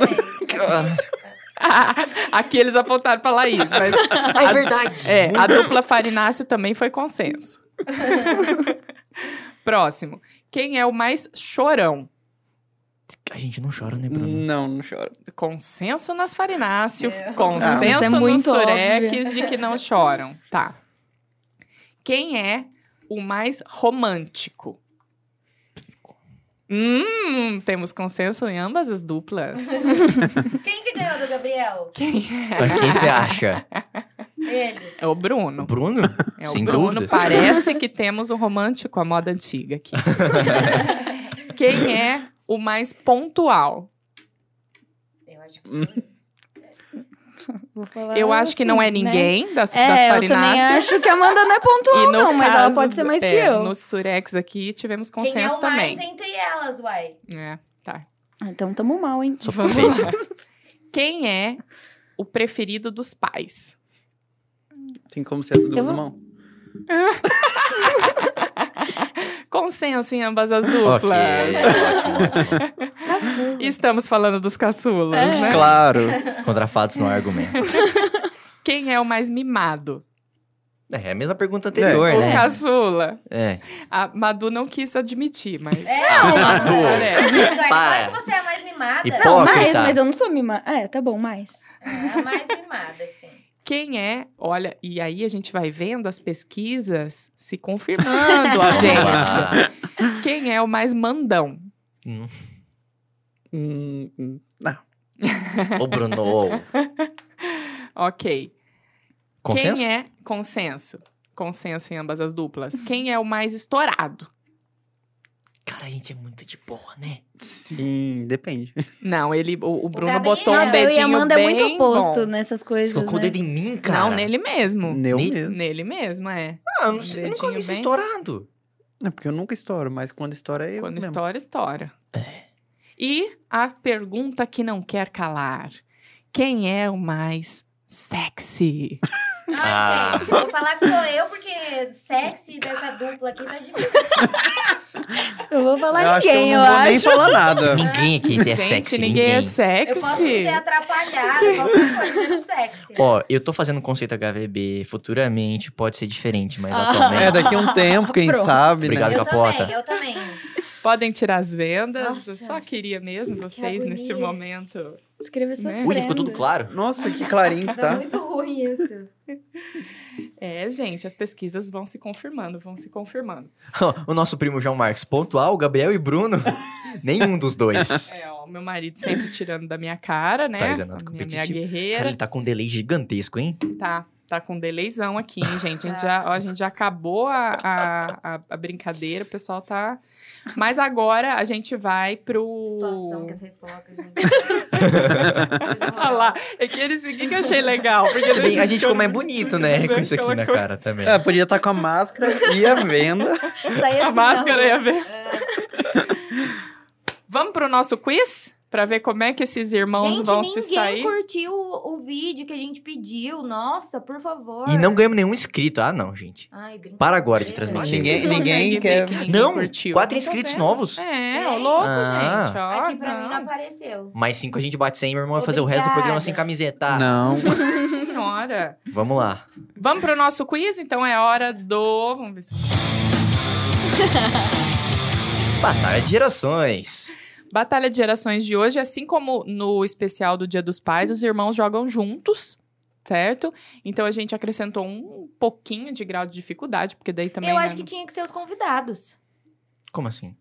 A: Aqui eles apontaram pra Laís, mas
B: é verdade.
A: É, a dupla Farinácio também foi
C: (laughs)
A: consenso. Próximo. Quem é o mais chorão?
B: A gente não chora, né,
A: Hum.
B: Bruno?
D: Não, não choro.
A: Consenso nas Farinácio,
C: Meu.
E: Ah, mas
A: consenso
E: é
A: nos
E: muito
A: Sureques de que não choram. Tá. Quem é o mais romântico? Hum, temos consenso em ambas as
E: (laughs)
A: duplas.
C: Quem que ganhou do Gabriel?
A: Quem
B: Quem
A: (laughs)
B: você acha?
C: Ele.
A: é? É o Bruno.
B: Bruno?
A: É
B: Sem
A: o Bruno.
B: dúvidas.
A: Parece que temos um romântico à moda antiga
B: (laughs)
A: aqui. Quem é o mais pontual?
C: Eu acho que
A: Hum.
C: sim.
E: Vou falar
A: eu acho que não é
E: assim, né?
A: ninguém das, das
E: É, eu também
A: farináceas.
E: acho que a Amanda não é pontual,
A: E no
E: não, mas ela
A: caso
E: pode
A: do-
E: ser mais
A: é,
E: que eu.
A: No Surex aqui tivemos
C: Quem é
A: consenso
C: o mais
A: também.
C: entre elas, uai?
A: É, tá.
E: Ah, Então tamo mal, hein?
B: Só
A: Vamos
B: vocês.
A: lá. Quem é o preferido dos pais?
D: Tem como ser tudo
E: Eu
D: do
E: vou-
D: irmão?
A: Consenso em ambas as
B: Ok,
A: duplas.
E: (laughs) É.
B: ótimo, ótimo.
E: Casou.
A: Estamos falando dos caçulas,
E: É.
A: né?
D: Claro.
B: Contra fatos não há argumento.
A: Quem é o mais mimado?
B: É a mesma pergunta anterior,
A: É, O
B: né?
A: caçula.
B: É. Ah,
A: A Madu não quis admitir, mas...
C: É,
B: Madu.
A: Parece.
C: Mas, Eduardo,
B: Para.
C: claro que você é a mais mimada.
B: Hipó-
E: Não, mas,
B: Hipócrita.
E: mas eu não sou mima. É, tá bom, mas.
C: É a mais mimada, assim.
A: quem é, olha, e aí a gente vai vendo as pesquisas se confirmando,
B: (laughs)
A: audiência.
B: Vamos lá.
A: Quem é o mais mandão?
D: Hum, hum.
B: Ô, Bruno.
A: Ok.
B: Consenso?
A: Quem é consenso? Consenso em ambas as duplas. Quem é o mais estourado?
B: Cara, a gente é muito de boa, né?
D: Sim, Hum, depende.
A: Não, ele, o, o Bruno
C: Gabriel.
A: botou um
E: Nossa, eu
A: dedinho
E: e a Amanda é
A: bem
E: muito oposto
A: bom.
E: nessas
B: Você
E: coisas.
B: colocou o
E: né?
B: dedo em mim, cara.
A: Não, nele mesmo.
D: Eu
B: Nem-
D: mesmo.
A: Nele mesmo, é.
B: Ah, eu não sei, eu nunca
A: Dedinho
B: vi isso
A: bem-
B: estourado.
D: É porque eu nunca estouro, mas quando estoura é eu
A: Quando
D: mesmo.
A: estoura, estoura.
B: É.
A: E a pergunta que não quer calar. Quem é o mais sexy?
C: Ai,
B: Ah.
C: gente, vou falar que sou eu, porque sexy dessa dupla aqui tá difícil.
E: Eu vou falar
D: eu acho que
E: ninguém,
D: eu
E: eu
D: não vou nem
E: acho.
B: (laughs)
D: falar nada.
B: Ninguém aqui é
A: Gente,
B: sexy,
A: ninguém,
B: ninguém.
A: é sexy.
C: Eu posso ser atrapalhada, qualquer coisa sendo sexy.
B: Ó, eu tô fazendo um conceito HVB. Futuramente pode ser diferente, mas
E: Ah.
B: atualmente...
D: É, daqui a um tempo, quem
E: Pronto.
D: sabe,
B: Obrigado,
D: né?
C: eu
B: Capota.
C: também, eu também.
A: Podem tirar as vendas.
C: Nossa.
A: Eu só queria mesmo vocês
C: agonia.
A: neste momento.
E: Escreva sua
A: Né?
B: Ui, ficou tudo claro? (laughs)
D: Nossa, que clarinho que
C: Tá
D: tá.
C: muito ruim isso.
A: É, gente, as pesquisas vão se confirmando, vão se confirmando.
B: o nosso primo João Marcos pontual, Gabriel
A: (laughs)
B: e Bruno. Nenhum dos dois.
A: É, ó, meu marido sempre tirando da minha cara, né?
B: Thais é nada
A: A minha, minha
B: competitivo. Cara,
A: guerreira.
B: ele tá com um delay gigantesco, hein?
A: Tá, tá com delayzão aqui, hein, gente? A gente já, ó, a gente já acabou a, a, a, a brincadeira, o pessoal tá. Mas agora a gente vai pro.
C: Situação que a Thaís coloca, gente.
A: (laughs) Olha lá, é que eles que eu achei legal. Porque
B: Se bem, a gente como é bonito, né? Com isso aqui na
A: Colocou.
B: cara também.
D: É, podia estar com a máscara e a venda.
E: Sai
A: A
E: assim,
A: máscara é
E: não.
A: ia ver.
C: Ah,
A: Vamos pro nosso quiz? Pra ver como é que esses irmãos
C: gente,
A: vão se
C: ninguém
A: sair.
C: curtiu o, o vídeo que a gente pediu. Nossa, por favor.
B: E não ganhamos nenhum inscrito. Ah, não, gente.
C: Ai, brincadeira.
B: Para agora de
A: Eu acho
B: transmitir.
A: que
D: Ninguém-
A: É, vocês
D: ninguém
A: conseguem ver
D: quer-
A: que
B: Não,
A: curtiu.
B: quatro
A: Não tô
B: inscritos
A: vendo.
B: novos.
A: É,
C: Tem.
A: ô louco,
B: Ah.
A: gente. Ó,
C: Aqui pra mim não é
A: não.
C: apareceu.
A: é.
B: Mais cinco a gente bate 100, meu irmão vai fazer o resto do programa sem camiseta.
D: Não.
A: Senhora.
B: Vamos lá.
A: (laughs) Vamos pro nosso quiz? Então é hora do. Vamos ver se.
B: Batalha de gerações.
A: Batalha de gerações de hoje, assim como no especial do Dia dos Pais, os irmãos jogam juntos, certo? Então a gente acrescentou um pouquinho de grau de dificuldade, porque daí também.
C: Eu
A: né,
C: acho que tinha que ser os convidados
B: Como assim?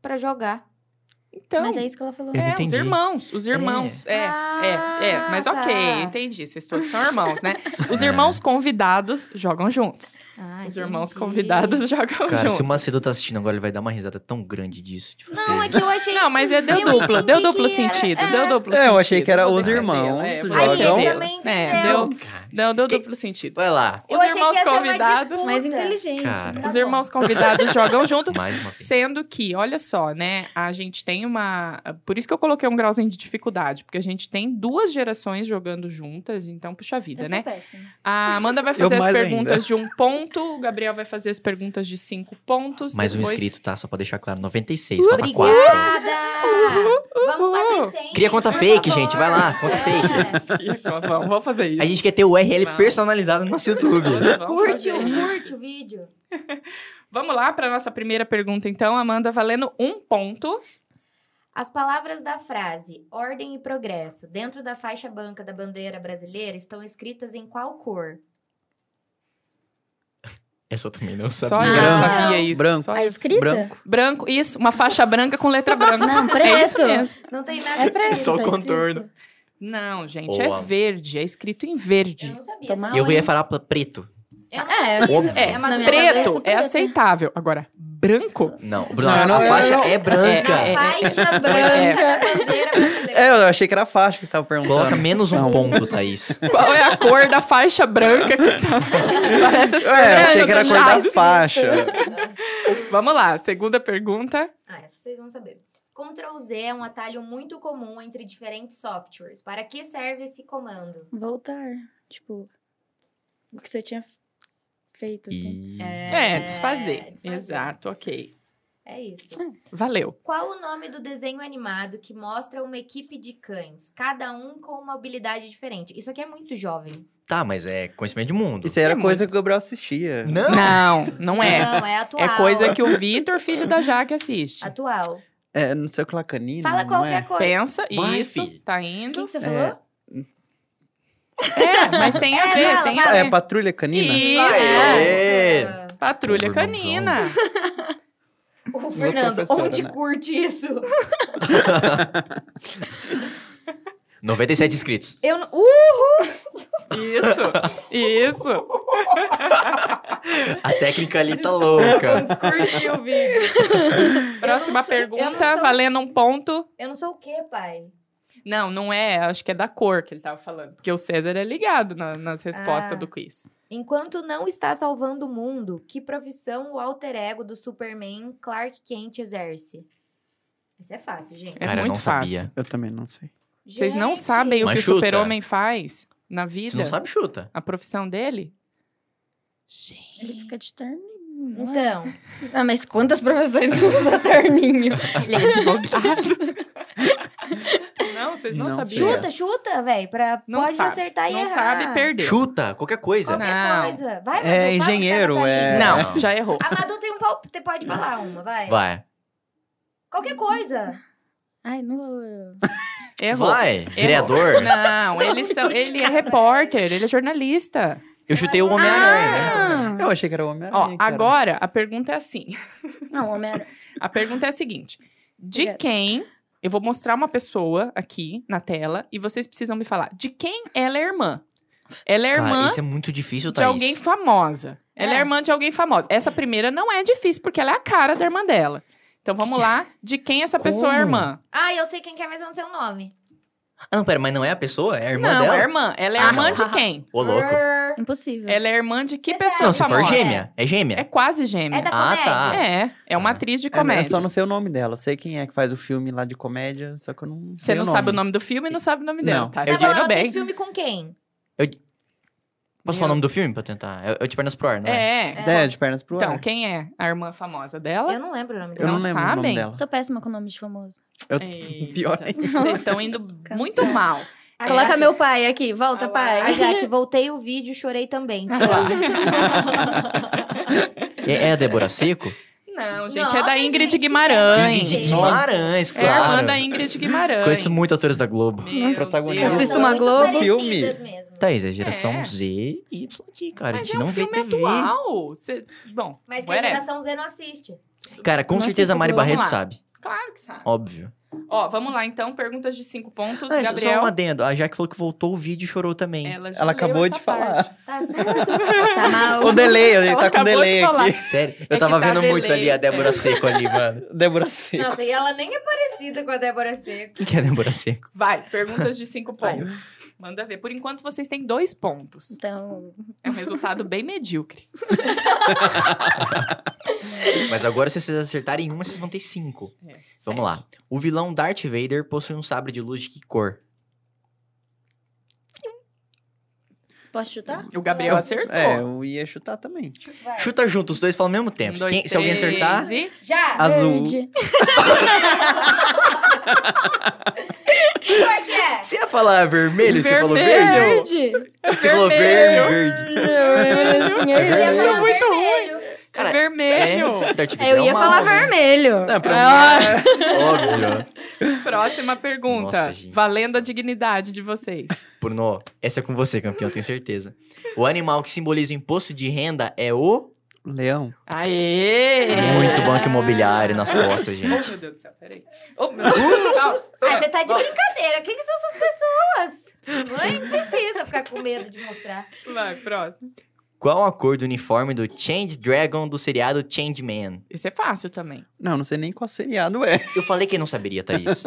C: pra jogar.
A: Então,
E: Mas é isso que ela falou.
B: Eu não
A: é, os
B: entendi.
A: irmãos, os irmãos. É, é, é. Mas
C: Ah,
A: ok,
C: tá.
A: entendi. Vocês todos são irmãos,
B: (laughs)
A: né? Os irmãos convidados jogam juntos.
C: Ah,
A: Os irmãos
C: entendi.
A: convidados (laughs) jogam
B: Cara, se
A: juntos.
B: o Macedo tá assistindo agora, ele vai dar uma risada tão grande disso. de você.
C: Não, é que eu achei.
A: Não, mas é, deu
C: eu
A: dupla, deu
C: entendi
A: duplo
C: que era-
A: sentido,
C: é.
A: deu duplo
D: É,
A: sentido.
D: eu achei que era
A: Vou
D: os
A: defender
D: irmãos
A: ela,
D: assim,
A: é, vou
D: jogam.
A: defender
D: Aí eu
A: ela.
C: também
A: É,
C: entendeu.
A: deu, deu, deu duplo sentido.
B: Vai lá.
C: Eu
A: Os
C: achei que
A: irmãos
C: ia ser uma
A: convidados,
C: disputa.
E: Mais inteligente.
B: Cara.
E: né?
C: Tá
A: os
C: bom.
A: irmãos convidados jogam junto,
B: Mais uma vez.
A: Sendo que, olha só, né? A gente tem uma. Por isso que eu coloquei um grauzinho de dificuldade, porque a gente tem duas gerações jogando juntas, então, puxa vida,
E: Eu sou
A: né?
E: péssima.
A: A Amanda vai
D: (laughs) Eu
A: fazer as
D: mais
A: perguntas de um ponto, o Gabriel vai fazer as perguntas de cinco pontos.
B: Mais um
A: depois- Uh,
B: inscrito, tá? Só pra deixar claro. 96, falta 4. Tá
C: Obrigada! Vamos bater Tá 100.
B: Cria conta
C: por
B: fake,
C: favor.
B: gente. Vai lá, conta
A: (laughs)
C: É.
B: fake.
C: (laughs)
A: Isso, vamos, vamos fazer isso.
B: A gente quer ter o URL
A: Não.
B: personalizado no nosso YouTube. (laughs)
A: Vamos
C: Curte, um.
A: fazer
C: o-
A: isso.
C: curte o vídeo.
A: Vamos lá para nossa primeira pergunta, então. Amanda, valendo um ponto.
C: As palavras da frase ordem e progresso dentro da faixa branca da bandeira brasileira estão escritas em qual cor?
B: Essa eu também não
A: Só eu
B: sabia.
D: Branco.
A: sabia isso.
D: Branco.
A: Só
E: A
A: isso.
E: escrita?
D: Branco.
A: Branco, isso, uma faixa branca com letra branca.
E: (laughs) Não,
A: (laughs) É isso
E: preto.
A: mesmo.
C: Não tem nada.
E: É preto.
B: só o
E: tá escrito.
B: contorno.
A: Não, gente,
B: Boa.
A: é verde. É escrito em
C: Eu
A: verde.
C: não sabia.
E: Tomar
B: E eu ia falar pra preto.
C: Eu não
E: É,
C: sabia.
B: Óbvio.
C: É, uma
E: Na minha
C: preto.
E: cabeça-
A: Preto é aceitável. Agora, branco?
B: Não, Bruno,
D: Não, não,
B: a
D: não,
B: faixa
D: não.
B: é branca.
C: Na
A: É, é,
C: faixa branca
A: é.
C: da bandeira brasileira.
D: É, eu achei que era a faixa que você tava
B: Coloca
D: perguntando.
B: menos um
D: Não.
A: (laughs)
B: ponto, Thaís.
A: Qual é a cor da faixa branca que está? Parece assim, as
D: É, eu achei que era a
A: pernas
D: cor da
A: chaves.
D: faixa.
A: Vamos lá, segunda pergunta.
C: Ah, essa vocês vão saber. Ctrl Z é um atalho muito comum entre diferentes softwares. Para que serve esse comando?
E: Voltar. Tipo, o que você tinha feito, assim.
B: E...
A: É, desfazer.
C: desfazer.
A: Exato, ok.
C: É isso.
A: Valeu.
C: Qual o nome do desenho animado que mostra uma equipe de cães, cada um com uma habilidade diferente? Isso aqui é muito jovem.
B: Tá, mas é conhecimento de mundo.
D: Isso é- era
A: É
D: coisa que o Gabriel assistia.
B: Não.
A: Não, não é.
C: Não, é atual.
A: É coisa que o Vitor, filho da Jaque, assiste.
C: Atual.
D: É, não sei o que lá, canino,
C: Fala
D: não
C: qualquer
D: é?
C: coisa.
A: Pensa,
B: Vai,
A: isso,
B: fi.
A: tá
E: O que
A: indo.
E: que você
D: É,
E: falou?
A: É, mas tem a
C: É,
A: ver,
C: fala,
A: tem a
C: fala.
D: É,
A: ver.
D: patrulha canina?
A: Isso, é.
B: Aê!
A: patrulha
B: Turma,
A: canina.
C: O
D: Uma
C: Fernando,
D: professora,
C: onde
D: né?
C: curte isso?
B: 97 inscritos.
C: Eu não...
A: Uh!
C: Uhul!
A: Isso, isso.
B: A técnica ali
A: é
B: tá louca.
C: Curti o vídeo.
A: (laughs)
C: Eu
A: Próxima
C: não sou- eu não
A: pergunta,
C: sou-
A: valendo um ponto.
C: Eu não sou o quê, pai?
A: Não, não é. Acho que é da cor que ele tava falando. Porque o César é ligado na- nas respostas
C: Ah.
A: do quiz.
C: Enquanto não está salvando o mundo, que profissão o alter ego do Superman Clark Kent exerce? Isso é fácil, gente.
A: É
B: Cara, eu
A: muito
B: não sabia.
A: fácil.
D: Eu também não sei.
A: Vocês não
C: Gente,
A: sabem o
B: Mas
A: que o
B: chuta.
A: super-homem faz na
B: Se
A: vida?
B: não sabe, chuta.
A: A profissão dele? Gente.
E: Ele fica de terninho. não é?
C: Então,
E: Ah, mas quantas profissões não usa terninho?
C: ele é advogado.
A: Não, vocês não,
D: Não
A: sabiam.
D: sei.
C: chuta, chuta, velho, para
A: Não
C: pode
A: sabe.
C: acertar e
A: Não
C: errar.
A: sabe, perdeu.
B: Chuta, qualquer coisa.
C: Qualquer
A: Não.
C: coisa. Vai, Madu,
D: É
C: fala que tá na
D: engenheiro,
C: tua
D: é-
B: Não.
C: língua.
A: Não, já errou.
C: A Madu tem um palpite, pode falar uma, vai.
B: Vai.
C: Qualquer coisa.
E: Ai, não vou...
A: Errou.
B: Vai,
A: Errou.
B: vereador.
A: Não, ele, são- ele é repórter, ele é jornalista.
B: Eu chutei o Homem-Aranha. né?
E: Ah!
D: Eu achei que era o Homem-Aranha.
A: Ó,
D: cara.
A: agora a pergunta é assim.
E: Não, Homem-Aranha.
A: A pergunta é a seguinte: de
E: Obrigada.
A: quem? Eu vou mostrar uma pessoa aqui na tela e vocês precisam me falar de quem ela é irmã. Ela é
B: Cara,
A: irmã
B: isso é muito difícil,
A: de
B: Thaís.
A: alguém famosa. Ela é.
E: É.
A: irmã de alguém famosa. Essa primeira não é difícil, porque ela é a cara da irmã dela. Então vamos lá, de quem essa pessoa é
B: Como?
A: irmã?
C: Ah, eu sei quem quer, mas eu não sei o nome.
B: Ah, não, pera, mas não é a pessoa? É a irmã
A: não,
B: dela?
A: é irmã. Ela é
B: Ah,
A: irmã
B: não.
A: de quem?
B: Ô, louco.
C: Er,
E: Impossível.
A: Ela é irmã de que
C: Você
A: pessoa
C: sabe?
B: Não, se for
A: famosa?
B: gêmea, é
A: É
B: gêmea.
A: quase
C: É
A: gêmea.
C: da
B: Ah,
C: comédia.
B: tá.
A: É, é uma
B: Ah.
A: atriz de
D: É, Eu
A: comédia.
D: só não sei o nome dela. Eu sei quem é que faz o filme lá de comédia, só que eu não
A: Você
D: sei
A: não sabe o nome do filme e não sabe o nome dela,
D: Não.
A: tá?
C: Tá
A: Eu
C: bom, ela
A: bem.
C: fez filme com quem?
B: Posso falar o nome do filme pra tentar? É, é o de pernas pro ar, não é?
A: É,
D: É, de pernas pro
A: Então,
D: ar.
A: quem é a irmã famosa dela?
C: Eu não lembro o nome
D: Eu
C: dela.
D: não,
A: não
D: lembro o
A: sabem?
D: nome dela.
E: Sou péssima com nome de famoso.
D: Eu...
A: Eita.
D: (laughs) Pior ainda.
A: É, Vocês estão indo
E: Nossa,
A: muito
E: cansado.
A: mal.
C: A
E: Coloca
C: Jaque-
E: meu pai aqui. Volta,
A: Ah lá.
E: pai.
C: A Jaque, voltei o vídeo, chorei também.
A: Ah,
C: Tipo, tio.
B: É, é a
A: (laughs)
B: Débora Seco?
A: Não, gente, é
C: Nossa,
A: da Ingrid
C: gente, que
A: Guimarães. É
C: Ingrid
B: Guimarães,
A: a irmã
B: claro.
A: da Ingrid Guimarães.
B: Conheço muito atores da Globo.
A: Meu Deus.
D: Protagonista.
C: Elas
E: Assisto
C: são
E: uma
C: muito
E: Globo.
C: parecidas Mesmo.
B: Thaís, é geração
A: É.
B: Z e Y aqui, cara. a
A: Mas
B: gente
A: é
B: não
A: um
B: vê
A: filme
B: TV.
A: atual. Cê- bom,
C: Mas que a
A: whatever.
C: geração Z não assiste.
B: Cara, com
E: Não
B: certeza
E: assisto
B: a Mari
E: Globo,
B: Barreto
A: vamos lá.
B: sabe.
A: claro que sabe.
B: Óbvio.
A: Ó, vamos lá então, perguntas de cinco pontos.
B: Ah, só- só
A: Gabriel,
B: um adendo. A Jaque falou que voltou o vídeo e chorou também.
A: ela, já
D: Ela
A: leu
D: acabou
A: essa
D: de falar.
A: parte.
C: Tá surdo. tá mal.
D: O delay, ele
A: Ela
D: tá com
A: acabou de
D: delay
A: falar.
D: aqui.
B: (laughs) Sério, eu
A: que
B: tava
A: tá
B: vendo muito
A: delay.
B: ali a Débora Seco ali, mano.
D: Débora Seco.
C: Nossa, e ela nem é parecida com a Débora Seco.
B: Quem (laughs) que é a Débora Seco?
A: Vai, perguntas de (laughs) cinco pontos. Manda ver. Por enquanto, vocês têm dois pontos.
E: Então,
A: É um resultado bem medíocre.
B: Mas agora, se vocês acertarem uma, vocês vão ter cinco.
A: É, sete.
B: Vamos lá. O vilão Darth Vader possui um sabre de luz de que cor?
E: posso chutar?
A: O Gabriel acertou.
D: É, eu ia chutar também.
C: Tipo, Vai.
B: Chuta junto, os dois falam ao mesmo tempo.
A: Um, dois,
B: Quem- se alguém
A: três
B: acertar.
A: e-
C: Já!
E: Ah.
D: Azul.
E: Verde.
C: Qual é que é?
B: Você ia falar vermelho? Você falou
A: Vermelho.
B: verde?
E: Verde.
A: (laughs)
B: Você falou verde, verde.
C: Eu ia
B: Isso é
C: falar
A: muito
C: vermelho.
B: Cara,
A: é vermelho.
B: É, Darth Vader
E: Eu
B: é
E: ia
B: um
E: falar
B: mal, né?
E: vermelho.
D: Não, pra
A: Ah.
D: mim,
B: Óbvio.
A: Próxima pergunta.
B: Nossa, gente.
A: Valendo a dignidade de vocês.
B: Bruno, essa é com você, campeão, tenho certeza. O animal que simboliza o imposto de renda é o.
D: Leão.
A: Aê!
B: Muito banco imobiliário nas costas,
A: Oh,
B: gente.
A: meu Deus do céu, peraí. Oh, meu Deus. Calma.
C: Ah, você tá de brincadeira. Quem que são essas pessoas? Mãe, precisa ficar com medo de mostrar.
A: Vai, próximo.
B: Qual a cor do uniforme do Change Dragon do seriado Change Man?
A: Esse é fácil também.
D: Não, não sei nem qual seriado é.
B: Eu falei que não saberia, Thaís.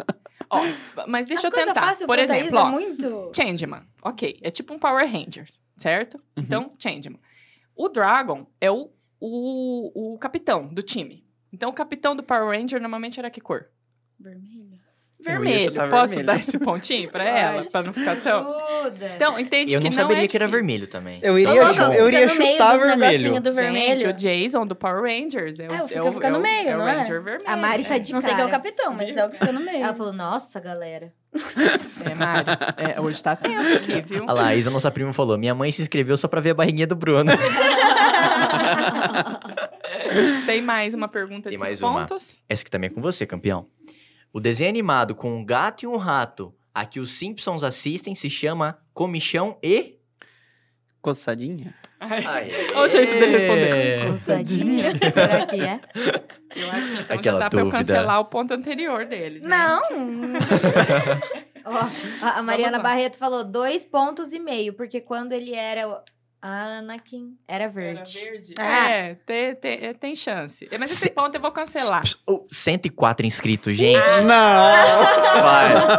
A: Ó, mas deixa
E: As
A: eu
E: coisas
A: tentar.
E: fáceis
A: Por
E: pra Thaís
A: exemplo,
E: é
A: ó,
E: muito...
A: Changeman. Ok, é tipo um Power Rangers, certo?
B: Uhum.
A: Então, Changeman. O Dragon é o, o, o capitão do time. Então, o capitão do Power Ranger normalmente era que cor?
E: Vermelho.
A: Vermelho.
D: chutar
A: Posso
D: vermelho.
A: dar esse pontinho
E: (laughs)
A: pra ela? Pra não ficar tão...
C: Ajuda.
A: Então, entende
B: Eu
A: que
B: não
A: não
B: saberia
A: é
B: que era
A: difícil.
B: vermelho também.
D: Eu
B: Tá
D: iria,
B: bom.
D: chu- eu iria
E: Fica no meio
D: chutar
E: dos negocinhos
D: vermelho.
E: do
A: Gente, o
E: vermelho.
A: Jason do Power Rangers é o,
E: Ah, o que
A: é o,
E: fica
A: é
E: no
A: o-
E: meio,
A: é o
E: não é?
A: Ranger vermelho.
C: A Mari tá de
E: Não sei
C: cara. Ah,
E: quem é o capitão, mas é o que fica no meio.
C: Ela falou, nossa, galera.
A: É, Mari, é, hoje tá tenso aqui, viu?
B: Olha lá, a Isa, nossa prima, falou: Minha mãe se inscreveu só pra ver a barriguinha do Bruno. (laughs)
A: Tem mais uma pergunta
B: Tem
A: de
B: mais
A: cinco
B: uma.
A: pontos.
B: Essa aqui também é com você, campeão. O desenho animado com um gato e um rato a que os Simpsons assistem se chama Comichão e.
D: (laughs) Coçadinha?
A: Olha o jeito dele
B: É,
A: responder.
C: Coçadinha. Será que é?
A: Eu acho que então
B: Aquela
A: já dá pra eu
B: dúvida.
A: cancelar o ponto anterior deles. né?
E: Não.
C: Ó, a- a Mariana
A: lá.
C: Barreto falou dois pontos e meio, porque quando ele era o- Anakin, era
A: Era Tá
C: verde.
A: verde?
E: Ah.
A: É, tem, tem, é, tem chance. É, Mas esse
B: Se-
A: ponto eu vou cancelar.
B: Oh, 104 inscritos, gente.
D: Não! (laughs)
B: (laughs) Para.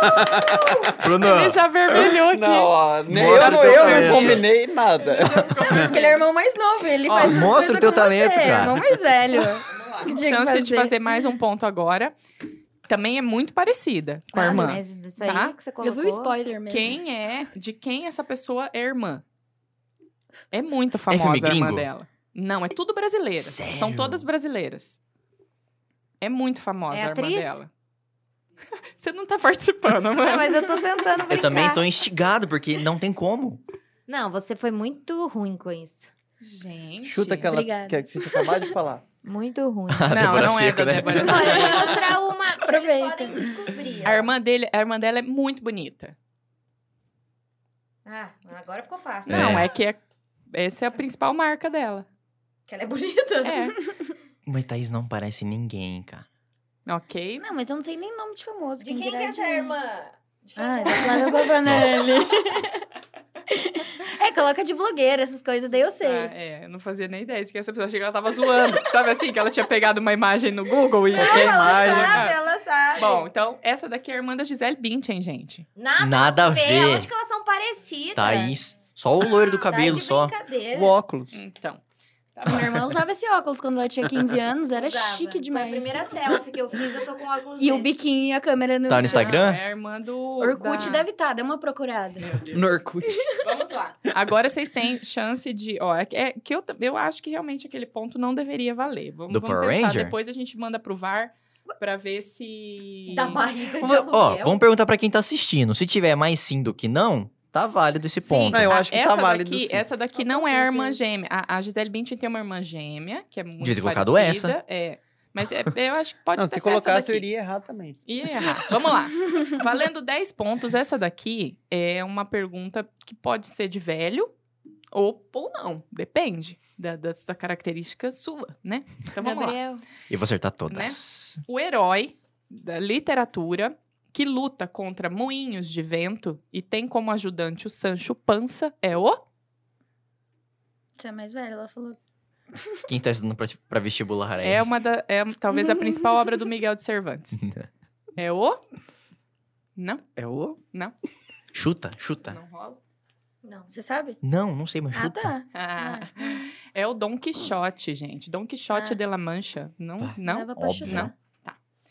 B: Bruno.
A: Ele já
B: (laughs)
A: vermelhou aqui.
D: Não, ó, nem
B: Mostra
D: eu, não,
B: o teu
D: eu
B: talento.
D: não combinei nada.
E: Mas que ele é irmão mais novo, ele
A: Ó,
E: faz essas
B: mostra o
E: coisas
B: teu
E: com
B: talento,
E: você,
B: cara.
E: É irmão mais velho. Que tinha que
A: Chance de fazer mais um ponto agora. Também é muito parecida com a
C: Mari,
A: irmã.
C: Ah, Mas é isso aí
A: Tá?
C: que você
E: Eu
C: colocou.
E: vi o spoiler mesmo.
A: Quem é? De quem essa pessoa é irmã? É muito
B: filme
A: famosa a irmã
B: gringo?
A: dela. Não, é tudo brasileiras. São
B: Sério?
A: todas brasileiras. É muito famosa
C: É
A: a irmã
C: atriz?
A: dela. (laughs) Você não tá participando,
C: Não,
A: mano.
C: mas eu tô tentando
B: (laughs)
C: brincar.
B: Eu também tô instigado, porque não tem como.
C: Não, você foi muito ruim com isso.
A: Gente.
D: Chuta aquela
E: Obrigada.
D: que, que você acabou de falar.
C: Muito ruim.
B: A
A: Não,
B: Débora
A: não é
B: Seco,
A: da
B: né?
C: (laughs)
A: Débora
C: Ó,
A: Seco.
C: eu vou mostrar uma que vocês
E: Aproveita.
C: podem descobrir. ó.
A: A irmã, dele, a irmã dela é muito bonita.
C: Ah, agora ficou fácil.
B: É.
A: Não, é que é- essa é a principal marca dela.
C: Que ela é bonita.
A: É.
B: Mas Thaís não parece ninguém, cara.
A: (laughs) ok.
E: Não, mas eu não sei nem nome de famoso.
C: De quem que
E: dirá
C: é essa
E: mim.
C: irmã? De quem
E: Ah,
C: que é?
E: Flávia
B: Né, (laughs)
E: Bobanelli. é, coloca de blogueira essas coisas, daí eu sei.
A: Ah, é, eu não fazia nem ideia de que essa pessoa achei que ela tava zoando. (laughs) Sabe assim, que ela tinha pegado uma imagem no Google e.
D: Qualquer imagem.
C: Sabe, ela sabe.
A: Bom, então, essa daqui é a irmã da Gisele Bündchen, gente.
C: Nada,
B: Nada
C: a
B: a
C: ver.
B: ver.
C: Onde que elas são parecidas?
B: Thaís, Tá só o loiro do
C: É. Tá
B: cabelo,
C: de
B: só.
A: É.
C: brincadeira.
D: O óculos.
A: Então. Tá
E: Minha irmã usava esse óculos quando ela tinha 15 anos, era
C: Usava.
E: chique demais.
C: Foi a primeira selfie que eu fiz, eu tô com óculos
E: E o
C: desse.
E: biquinho e a câmera no,
B: Tá no
E: Instagram.
B: Instagram?
A: É a irmã do.
E: Orkut
A: da-
E: deve estar, dá uma procurada.
A: Meu Deus.
D: No Orkut.
A: Vamos lá. Agora vocês têm chance de. Ó, é que- é que eu, t- eu acho que realmente aquele ponto não deveria valer. Vamos,
B: Do
A: vamos
B: Power
A: pensar.
B: Ranger?
A: Depois a gente manda pro VAR pra ver se.
C: Da barriga de
B: Vamos- é? Ó,
C: aluguel.
B: vamos perguntar pra quem tá assistindo. Se tiver mais sim do que não, tá válido esse
A: Sim.
B: ponto.
D: Não, eu
A: Ah,
D: acho que tá
A: essa
D: válido,
A: Daqui,
D: sim.
A: Essa daqui não
E: Ah, Com
A: é a irmã
E: certeza.
A: gêmea. A, a Gisele Bündchen tem uma irmã gêmea, que é muito
B: Devia ter
A: parecida.
B: colocado
A: É. Mas é- eu acho que pode
D: Não,
A: até
D: se
A: ser essa
D: colocasse, eu
A: daqui.
D: iria errar também.
A: Ia errar. Vamos
D: (laughs)
A: lá. Valendo 10 pontos, essa daqui é uma pergunta que pode ser de velho ou, ou não. Depende da, da sua característica sua, né? Então vamos lá.
E: Gabriel.
A: Né?
B: Eu vou acertar todas.
A: O herói da literatura que luta contra moinhos de vento e tem como ajudante o Sancho Pança é o
E: Já é mais velha, ela falou.
B: Quem tá estudando pra, pra vestibular aí?
A: é uma da, é talvez a principal obra do Miguel de
B: (laughs)
A: Cervantes. É o Não,
D: É o.
B: Chuta, chuta.
A: não rola.
C: Não.
E: Você sabe?
B: Não, não sei, mas
E: Ah,
B: chuta.
E: tá.
A: Ah, é o Dom Quixote, gente. Dom Quixote
E: Ah.
A: de La Mancha. Não,
B: Tá.
A: não.
E: Dava pra
B: Óbvio.
E: chutar.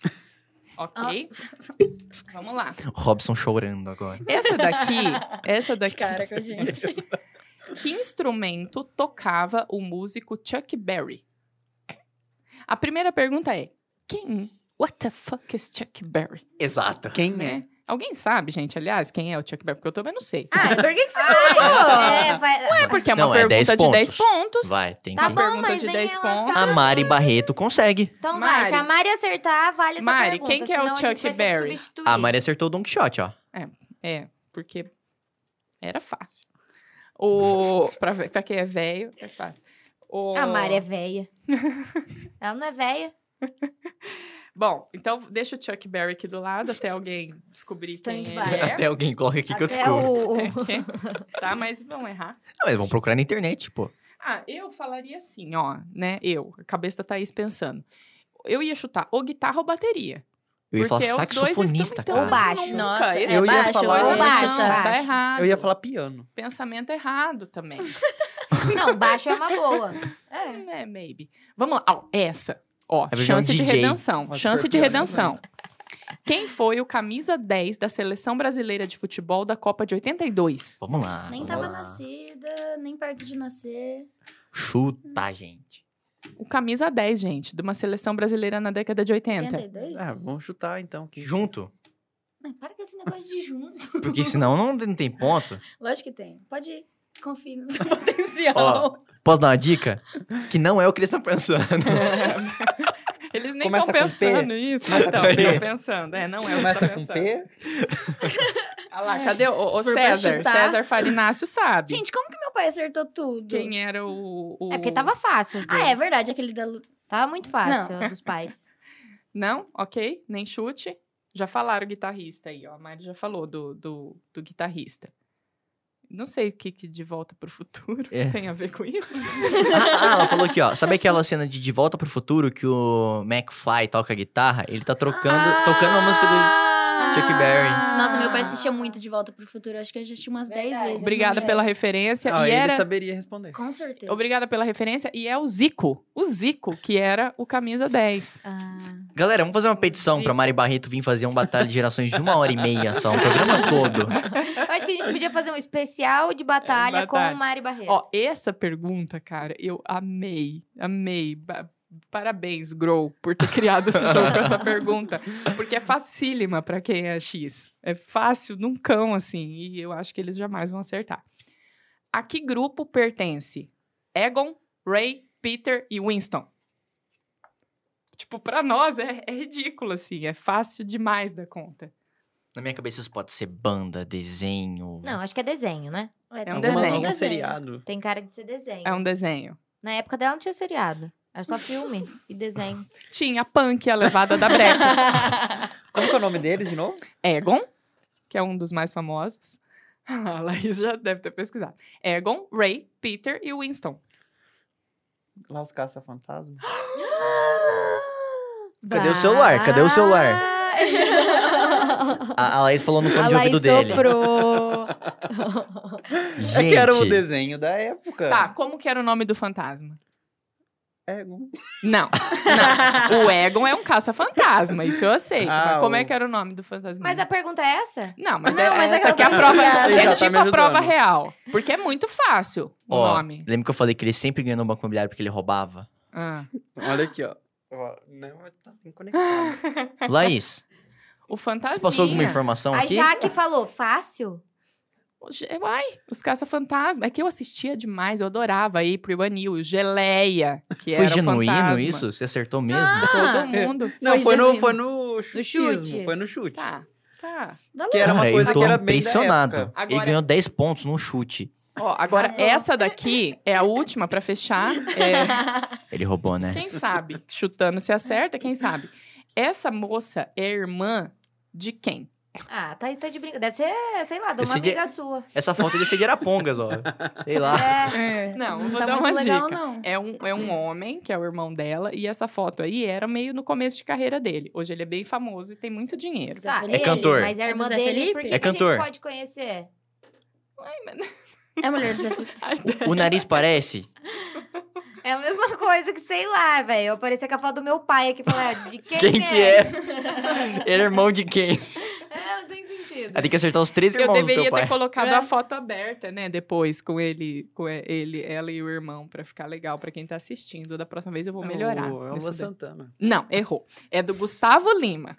E: (laughs)
A: OK. Vamos lá.
B: Robson chorando agora.
A: Essa daqui, essa
E: De
A: daqui.
E: cara com a gente.
A: Que instrumento tocava o músico Chuck Berry? A primeira pergunta é: quem? What the fuck is Chuck Berry?
B: Exato.
D: Quem é?
A: Né? Alguém sabe, gente, aliás, quem é o Chuck Berry? Porque eu também não sei.
C: Ah, por que, que você
A: Ah,
C: É, vai...
A: É porque é uma
B: Não, é
A: pergunta
B: 10
A: de
B: pontos.
A: 10 pontos.
B: Vai, tem
C: Tá
B: que...
C: bom,
A: pergunta
C: mas
A: de
C: nem
A: 10
C: ela
A: pontos.
B: A
C: sabe.
B: Mari Barreto consegue.
C: Então
A: Mari.
C: vai, se a Mari acertar, vale essa
A: Mari,
C: pergunta.
A: quem que é o
C: senão a gente
A: Chuck
C: vai ter que
A: Berry?
C: substituir.
B: A Mari é acertou o Don Quixote, ó.
A: É, porque era fácil.
B: (laughs)
A: O, pra, ve- pra quem é velho, é fácil. O-
C: A Mari é
B: (laughs)
C: véia. Ela não é véia.
A: Bom, então deixa o Chuck Berry aqui do lado até alguém descobrir quem
C: Stand by.
A: ele
B: (laughs)
A: é.
B: Até alguém coloca aqui que eu
C: Até
B: descubro.
C: é o... o-
A: Tá, mas vão errar.
B: Não, mas vão procurar na internet, pô.
A: Ah, eu falaria assim, ó, né? Eu, a cabeça da Thaís pensando. Eu ia chutar ou guitarra ou bateria.
B: Eu ia falar
A: porque os dois
B: saxofonista,
A: estão então,
B: cara.
C: Ou baixo.
A: Nunca,
E: Nossa,
A: esse
D: é
A: dois
D: baixo,
A: estão-
D: ou
C: baixo,
A: Não, Tá
C: baixo.
A: errado.
D: Eu ia falar piano.
A: Pensamento errado também.
B: (laughs)
C: Não, baixo é uma boa.
E: É.
A: é, maybe. Vamos lá. Ó, essa. Ó,
D: É,
B: A versão
A: chance de
B: DJ.
A: redenção.
D: um Mas
A: Chance
D: foi
A: de
D: pior, (laughs)
A: redenção. Quem foi o camisa 10 da seleção brasileira de futebol da Copa de 82?
B: Vamos lá. vamos
E: Nem tava
B: lá.
E: nascida, nem perto de nascer.
B: Chuta, gente.
A: O camisa 10, gente, de uma seleção brasileira na década de 80.
E: 82?
D: Ah, vamos chutar então. Que
B: Junto.
E: Ai, para com esse negócio de
A: (laughs)
E: junto.
B: Porque senão não, não tem ponto.
E: Lógico que tem. Pode ir.
A: (laughs)
E: Confie no seu potencial.
B: Ó. Posso dar uma dica? Que não é o que eles estão pensando. (laughs)
A: (laughs) Eles nem
D: Começa
A: estão
D: com P?
A: pensando isso.
D: Começa
A: Então,
D: com P?
A: estão pensando. É, não é o que
D: Começa
A: tá
D: com
A: pensando.
D: P.
A: Ah lá, cadê o, o
E: Se for pra
A: César?
E: chutar.
A: César Farinácio sabe.
E: Gente, como que meu pai acertou tudo?
A: quem era o, o-
C: É porque tava fácil. os
E: Ah, é
C: dois.
E: verdade, aquele da Lu...
C: Tava muito fácil dos pais.
A: Não? Ok? Nem chute? Já falaram guitarrista aí, ó. A Mari já falou do, do, do guitarrista. Não sei o que, que De Volta pro Futuro
B: É.
A: tem a ver com isso.
B: Ah, ah, ela falou aqui, ó. Sabe aquela cena de De Volta pro Futuro que o McFly toca guitarra? Ele tá trocando, (laughs) tocando a música do. Chuck Berry.
E: Ah. Nossa, meu pai assistia muito De Volta pro Futuro. Acho que eu assisti umas 10
C: Verdade.
E: vezes.
A: Ah. Obrigada
E: né?
A: pela referência.
D: Ah,
A: e
D: ele
A: era...
D: saberia responder.
E: Com certeza.
A: Obrigada pela referência. E é o Zico. O Zico, que era o camisa 10.
C: Ah,
B: Galera, vamos fazer uma petição pra Mari Barreto vir fazer um batalha de gerações de uma hora e meia só, um programa todo. (laughs)
C: eu acho que a gente podia fazer um especial de batalha,
A: É,
C: com
A: batalha.
C: o Mari Barreto.
A: Ó, essa pergunta, cara, eu amei. Amei. Ba- Parabéns, Grow, por ter criado esse jogo com essa pergunta. Porque é facílima pra quem é X. É fácil num cão, assim. E eu acho que eles jamais vão acertar. A que grupo pertence Egon, Ray, Peter e Winston? Tipo, pra nós é, é ridículo, assim. É fácil demais da conta.
B: Na minha cabeça isso pode ser banda, desenho.
C: Não, acho que é desenho, né?
E: É,
A: um
E: um
D: Alguma-
A: desenho.
D: Algum seriado.
C: Tem cara de ser desenho.
A: É um desenho.
C: Na época dela não tinha seriado. Era só filme e desenho.
A: Tinha a punk, a levada da breca.
D: Como que é o nome deles de novo?
A: Egon, que é um dos mais famosos. (laughs) A Laís já deve ter pesquisado. Egon, Ray, Peter e Winston.
D: Lá os caça-fantasma.
B: Cadê o celular? Cadê
C: Ah!
B: o
C: (laughs)
B: celular? A, a Laís falou no fone de ouvido dele.
C: soprou.
B: Gente,
D: É que era o desenho da
B: É.
D: época.
A: Tá, como que era o nome do fantasma?
D: É, um-
A: Não, não. o Egon é um caça-fantasma, isso eu sei.
D: Ah,
A: mas como é
D: o-
A: que era o nome do fantasma?
C: Mas a pergunta é essa?
A: Não, mas,
E: Não,
A: é,
E: mas
A: essa
E: é aquela
A: aqui é a
E: tá
A: prova.
E: ligada.
A: É
D: Já tá
A: tipo
D: me
A: a prova
D: ajudando.
A: real. Porque é muito fácil o
B: Ó,
A: nome.
B: Lembra que eu falei que ele sempre ganhou no banco imobiliário porque ele roubava?
A: Ah.
D: Olha aqui, ó. Ó, não, tá
A: (laughs)
D: bem conectado.
B: (laughs) Laís,
A: O fantasma.
B: você passou alguma informação
C: A
B: Então, aqui?
C: Jaque falou, fácil?
A: Ge- Uai, os caça-fantasma. É que eu assistia demais, eu adorava aí pro Ivanil, Geleia, que era
B: Foi
A: o
B: genuíno
A: fantasma.
B: isso? Você acertou mesmo?
E: Ah,
A: Todo mundo.
D: Não,
C: Foi
D: foi no,
C: genuíno.
D: foi no chutismo.
C: chute.
D: Foi no chute.
A: Tá, tá.
D: Que era uma
B: Cara,
D: coisa
B: eu tô
D: que era bem da
B: impressionado.
D: época.
A: Agora-
B: Ele ganhou 10 pontos num chute.
A: Ó, agora
E: Arrasou.
A: essa daqui é a última pra fechar. É, (laughs)
E: (laughs)
B: Ele roubou, né?
A: quem sabe? Chutando se acerta, quem sabe? Essa moça é irmã de quem?
C: Ah, Thaís tá de brincadeira. Deve ser, sei lá, de uma
B: Esse dia-
C: amiga sua.
B: Essa foto deve ser de Arapongas, ó. Sei lá.
C: É.
A: Não,
E: não
A: vou
E: tá
A: dar
E: muito
A: uma
E: legal,
A: dica.
E: não.
A: É um, é um homem, que é o irmão dela, e essa foto aí era meio no começo de carreira dele. Hoje ele é bem famoso e tem muito dinheiro.
C: Tá,
E: É
C: ele,
B: cantor.
C: Mas a
E: É do
C: irmã
E: Zé
C: dele,
E: Felipe?
C: por que
E: É
C: que a gente
B: cantor.
C: pode conhecer?
A: Ai, mas-
E: É mulher do Zé Felipe.
A: É.
B: O nariz parece.
C: É a mesma (laughs) coisa que, sei lá, velho. Eu aparecer com a foto do meu pai aqui e falar, de quem,
B: Quem
A: (laughs)
B: que é? Ele é irmão de quem?
C: É, não tem sentido.
B: Aí tem que acertar os três
A: Eu
B: irmãos do
A: deveria
B: teu
A: ter
B: pai.
A: colocado
E: É.
A: a foto aberta, né? Depois, com ele, com e- ele, ela e o irmão, pra ficar legal pra quem tá assistindo. Da próxima vez eu vou melhorar.
D: É o, é o
A: nisso
D: Luan
A: daí.
D: Santana.
A: Não, errou. É do Gustavo Lima.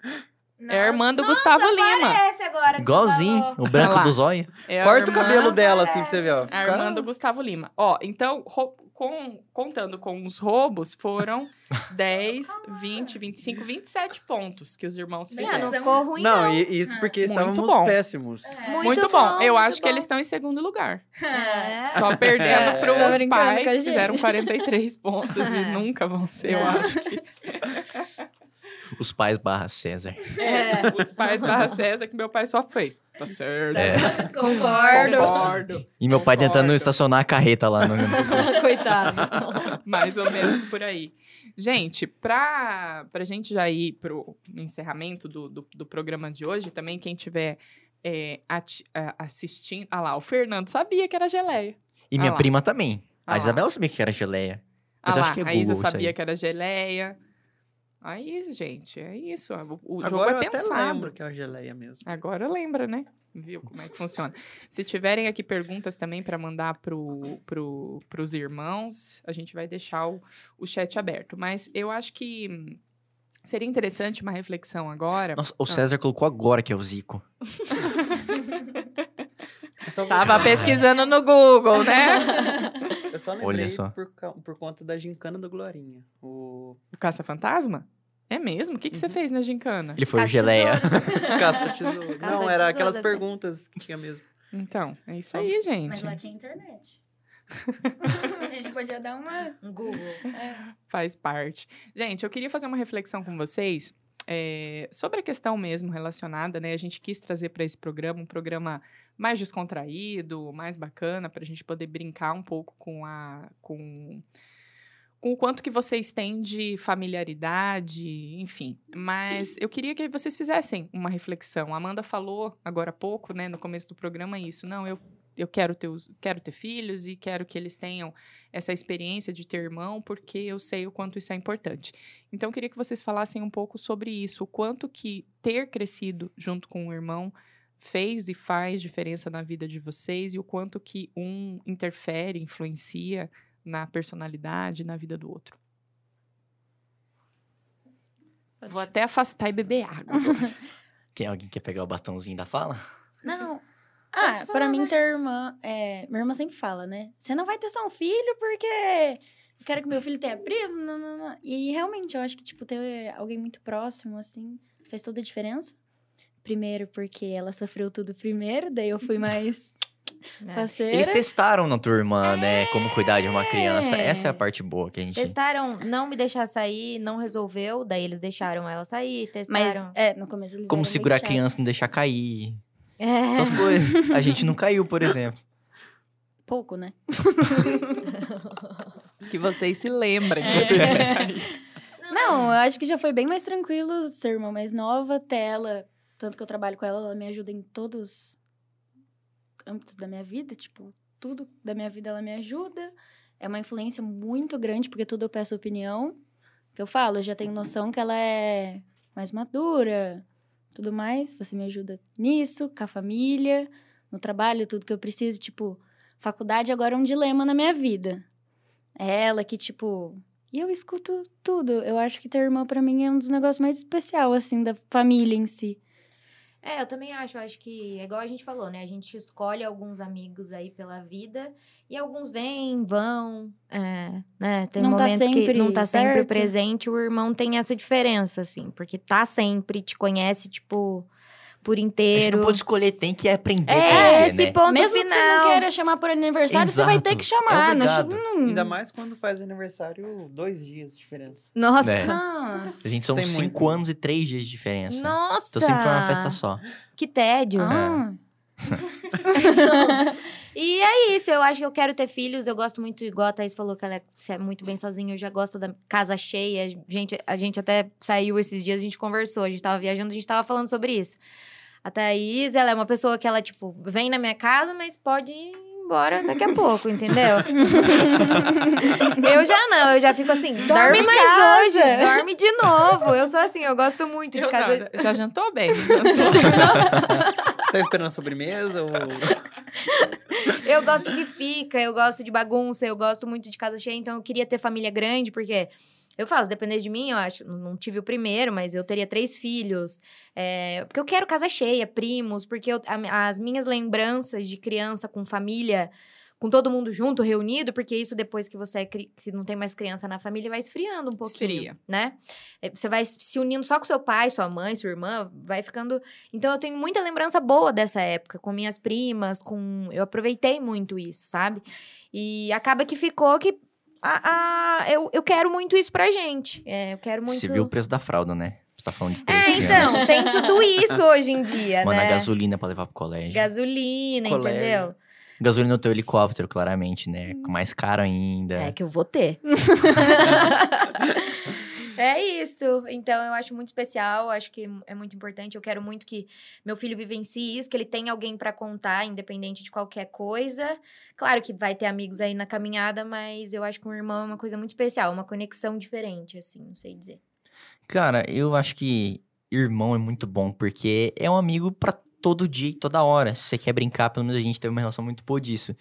A: É a irmã do Gustavo Lima.
C: Parece É agora que você
B: Igualzinho,
C: falou. Ah,
B: o
A: Olha
B: branco
A: lá.
B: do zóio.
A: É a
D: Corta o
A: irmã- é
D: cabelo dela, assim, pra você ver, ó.
A: A
D: Fica-
A: irmã do Gustavo Lima. Ó, então, rou- com- contando com os roubos,
B: (laughs)
A: foram 10, 20, 25, 27 pontos que os irmãos
E: Não,
C: Ah,
A: fizeram.
C: não
E: Fizemos.
C: ficou ruim, não.
D: Não, e- isso porque
A: Muito
D: estávamos
A: bom. É.
D: péssimos.
C: Muito,
A: Muito bom. Eu
C: muito
A: acho que
C: bom.
A: eles estão em segundo lugar.
C: É. (laughs)
E: (laughs)
A: Só perdendo
E: É,
A: para
E: tá
A: os
E: brincando
A: pais
E: com a
A: que
E: gente.
A: fizeram 43 pontos e
C: É.
A: nunca vão ser, eu
C: Não.
A: acho. Que,
B: Os pais barra César.
C: É.
A: os pais barra César que meu pai só fez. Tá certo.
B: É.
C: Concordo.
A: Concordo.
B: E meu pai tentando
A: Concordo.
B: estacionar a
A: (laughs)
B: carreta lá no.
C: Coitado.
A: Mais ou menos por aí. Gente, pra, pra gente já ir pro encerramento do, do, do programa de hoje, também quem tiver é, ati- a- assistindo... Ah lá, o Fernando sabia que era geleia.
B: E
A: Ah
B: minha
A: lá.
B: prima também.
A: Ah
B: A
A: lá.
B: Isabela sabia que era geleia.
A: Ah
B: Mas eu
A: lá,
B: acho que é
A: a Isa
B: Google isso
A: sabia
B: aí.
A: que era geleia. Aí, gente, é isso. O, o
D: Agora
A: jogo é
D: eu até
A: pensado.
D: lembro que é uma geleia mesmo.
A: Agora lembra, né? Viu como é que funciona? Se tiverem aqui perguntas também para mandar pro, pro, pros irmãos, a gente vai deixar o, o chat aberto. Mas eu acho que hum, seria interessante uma reflexão agora.
B: Nossa, o César colocou agora que é o
D: (laughs)
B: Zico.
D: Eu É
B: (laughs)
D: só, né?
A: Tava pesquisando no Google, né?
D: eu só
B: Olha
D: lembrei
B: só.
D: Por, ca- por conta da gincana do Glorinha. O (laughs)
A: O caça-fantasma? É mesmo? O que, que você fez na gincana?
B: Ele foi o
C: Caça
B: geleia.
D: casca de tesouro.
C: Casca de
D: Não, era
C: tesouro, deve
D: aquelas
C: ser.
D: perguntas que tinha mesmo.
A: Então, é isso aí, gente.
E: Mas lá tinha internet. a gente podia dar uma.
C: Google. É.
A: Faz parte. Gente, eu queria fazer uma reflexão com vocês é, sobre a questão mesmo relacionada, né? A gente quis trazer para esse programa um programa mais descontraído, mais bacana, para a gente poder brincar um pouco com a. Com, com o quanto que vocês têm de familiaridade, enfim. Mas eu queria que vocês fizessem uma reflexão. A Amanda falou agora há pouco, né, no começo do programa, isso. Não, eu, eu quero, ter, os- quero ter filhos e quero que eles tenham essa experiência de ter irmão, porque eu sei o quanto isso é importante. Então, eu queria que vocês falassem um pouco sobre isso, o quanto que ter crescido junto com um irmão fez e faz diferença na vida de vocês e o quanto que um interfere, influencia na personalidade, na vida do outro. Vou até afastar e beber água.
B: Quem alguém quer pegar o bastãozinho da fala?
E: Não. Ah, pra mim, ter irmã. É, minha irmã sempre fala, né? Você não vai ter só um filho porque eu quero que meu filho tenha primos. Não, não, não. E realmente, eu acho que, tipo, ter alguém muito próximo, assim, fez toda a diferença. Primeiro, porque ela sofreu tudo primeiro, daí eu fui (laughs) mais parceira.
B: Eles testaram na turma, né? Como cuidar de uma criança.
E: É.
B: Essa é a parte boa que a gente.
C: Testaram não me deixar sair, não resolveu, daí eles deixaram ela sair,
E: Mas,
C: testaram.
E: é, no começo eles eram
B: Como
E: bem
B: segurar a
E: chatos.
B: criança e não deixar cair.
C: É.
B: Essas coisas. A gente não caiu, por exemplo.
E: Pouco, né?
A: Que vocês se lembrem.
E: É.
A: (laughs)
E: (laughs)
A: Vocês né?
E: Não, eu acho que já foi bem mais tranquilo ser irmã mais nova, até ela. Tanto que eu trabalho com ela, ela me ajuda em todos os âmbitos da minha vida, tipo, tudo da minha vida ela me ajuda. É uma influência muito grande, porque tudo eu peço opinião. Que eu falo, eu já tenho noção que ela é mais madura, tudo mais. Você me ajuda nisso, com a família, no trabalho, tudo que eu preciso. Tipo, faculdade agora é um dilema na minha vida. É ela que, tipo, e eu escuto tudo. Eu acho que ter irmã pra mim é um dos negócios mais especial, assim, da família em si.
C: É, eu também acho. eu Acho que é igual a gente falou, né? A gente escolhe alguns amigos aí pela vida e alguns vêm, vão, é, né? Tem
E: Não tá
C: momentos que
E: sempre
C: não tá sempre
E: perto.
C: presente. O irmão tem essa diferença, assim, porque tá sempre, te conhece, tipo, por
B: A gente
C: inteiro.
B: não né? pode escolher, tem que aprender.
C: É,
B: esse
C: esse ponto
G: Mesmo
C: final.
G: que você não queira chamar por aniversário, você vai ter que
B: Exato.
G: chamar.
B: É
G: não
B: obrigado.
G: chama-
C: Hum.
D: Ainda mais quando faz aniversário dois dias de diferença.
C: Nossa.
B: É.
G: Nossa.
B: A gente são
D: Tem
B: cinco
D: muito.
B: anos e três dias de diferença.
C: Nossa.
B: Então sempre foi uma festa só.
C: Que
B: É.
C: tédio.
E: Ah,
C: E é isso, eu acho que eu quero ter filhos, eu gosto muito, igual a Thaís falou que ela é- se é muito bem sozinha, eu já gosto da casa cheia. Gente, a gente até saiu esses dias, a gente conversou, a gente tava viajando, a gente tava falando sobre isso. A Thaís, ela é uma pessoa que ela, tipo, vem na minha casa, mas pode ir embora daqui a pouco, entendeu? eu já não, eu já fico assim, dorme,
E: em
C: mais
E: casa.
C: hoje, dorme de novo. Eu sou assim, eu gosto muito de
A: Eu
C: casa.
A: nada. Já jantou (laughs) bem. jantou.
D: Tá esperando a sobremesa ou...
C: Eu gosto que fica, eu gosto de bagunça, eu gosto muito de casa cheia, então eu queria ter família grande, porque. Eu falo, se depender de mim, eu acho. n- Não tive o primeiro, mas eu teria três filhos. É, porque eu quero casa cheia, primos, porque eu- a mi- as minhas lembranças de criança com família, com todo mundo junto, reunido, porque isso depois que você é cri- que não tem mais criança na família, vai esfriando um pouquinho.
A: Esfria.
C: né? É, Você vai se unindo só com seu pai, sua mãe, sua irmã, vai ficando então eu tenho muita lembrança boa dessa época, com minhas primas, com. Eu aproveitei muito isso, sabe? E acaba que ficou que. a- a- eu, eu quero muito isso pra gente. É, eu quero muito.
B: Você viu o preço da fralda, né? Você tá falando de três
C: É,
B: crianças.
C: então, tem tudo isso hoje em dia,
B: Mano, a
C: né?
B: gasolina pra levar pro colégio.
C: Gasolina,
D: Colégio.
C: entendeu?
B: Gasolina no teu helicóptero, claramente, né? Mais caro ainda.
C: Hum. É que eu vou ter. (laughs) é isso. Então eu acho muito especial, eu acho que é muito importante. Eu quero muito que meu filho vivencie isso, que ele tenha alguém pra contar, independente de qualquer coisa. Claro que vai ter amigos aí na caminhada, mas eu acho que um irmão é uma coisa muito especial, uma conexão diferente, assim, não sei dizer.
B: Cara, eu acho que irmão é muito bom, porque é um amigo pra todo dia e toda hora. Se você quer brincar, pelo menos a gente teve uma relação muito boa disso.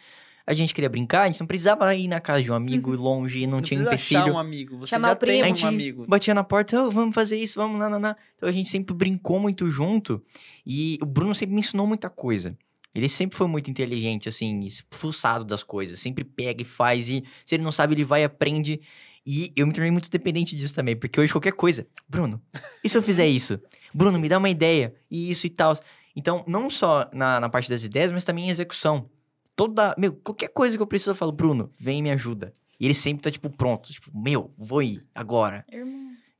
B: A gente queria brincar, a gente não precisava ir na casa de um amigo
C: Uhum.
B: longe,
D: (laughs)
B: não
D: Você
B: tinha
D: precisa
B: empecilho.
D: achar um amigo. Você
C: Chamar
D: já
C: o primo.
B: A
D: tem
B: gente
D: um amigo.
B: batia na porta, "Ô, vamos fazer isso, vamos lá, lá, lá. Então a gente sempre brincou muito junto e o Bruno sempre me ensinou muita coisa. Ele sempre foi muito inteligente, assim, es- fuçado das coisas, sempre pega e faz e se ele não sabe, ele vai e aprende. E eu me tornei muito dependente disso também, porque hoje qualquer coisa, Bruno, e se eu fizer isso? Bruno, me dá uma ideia, e isso e tal. Então, não só na, na parte das ideias, mas também em execução. Toda, meu, qualquer coisa que eu preciso, eu falo, Bruno, vem e me ajuda. E ele sempre tá, tipo, pronto, tipo, meu, vou ir, agora.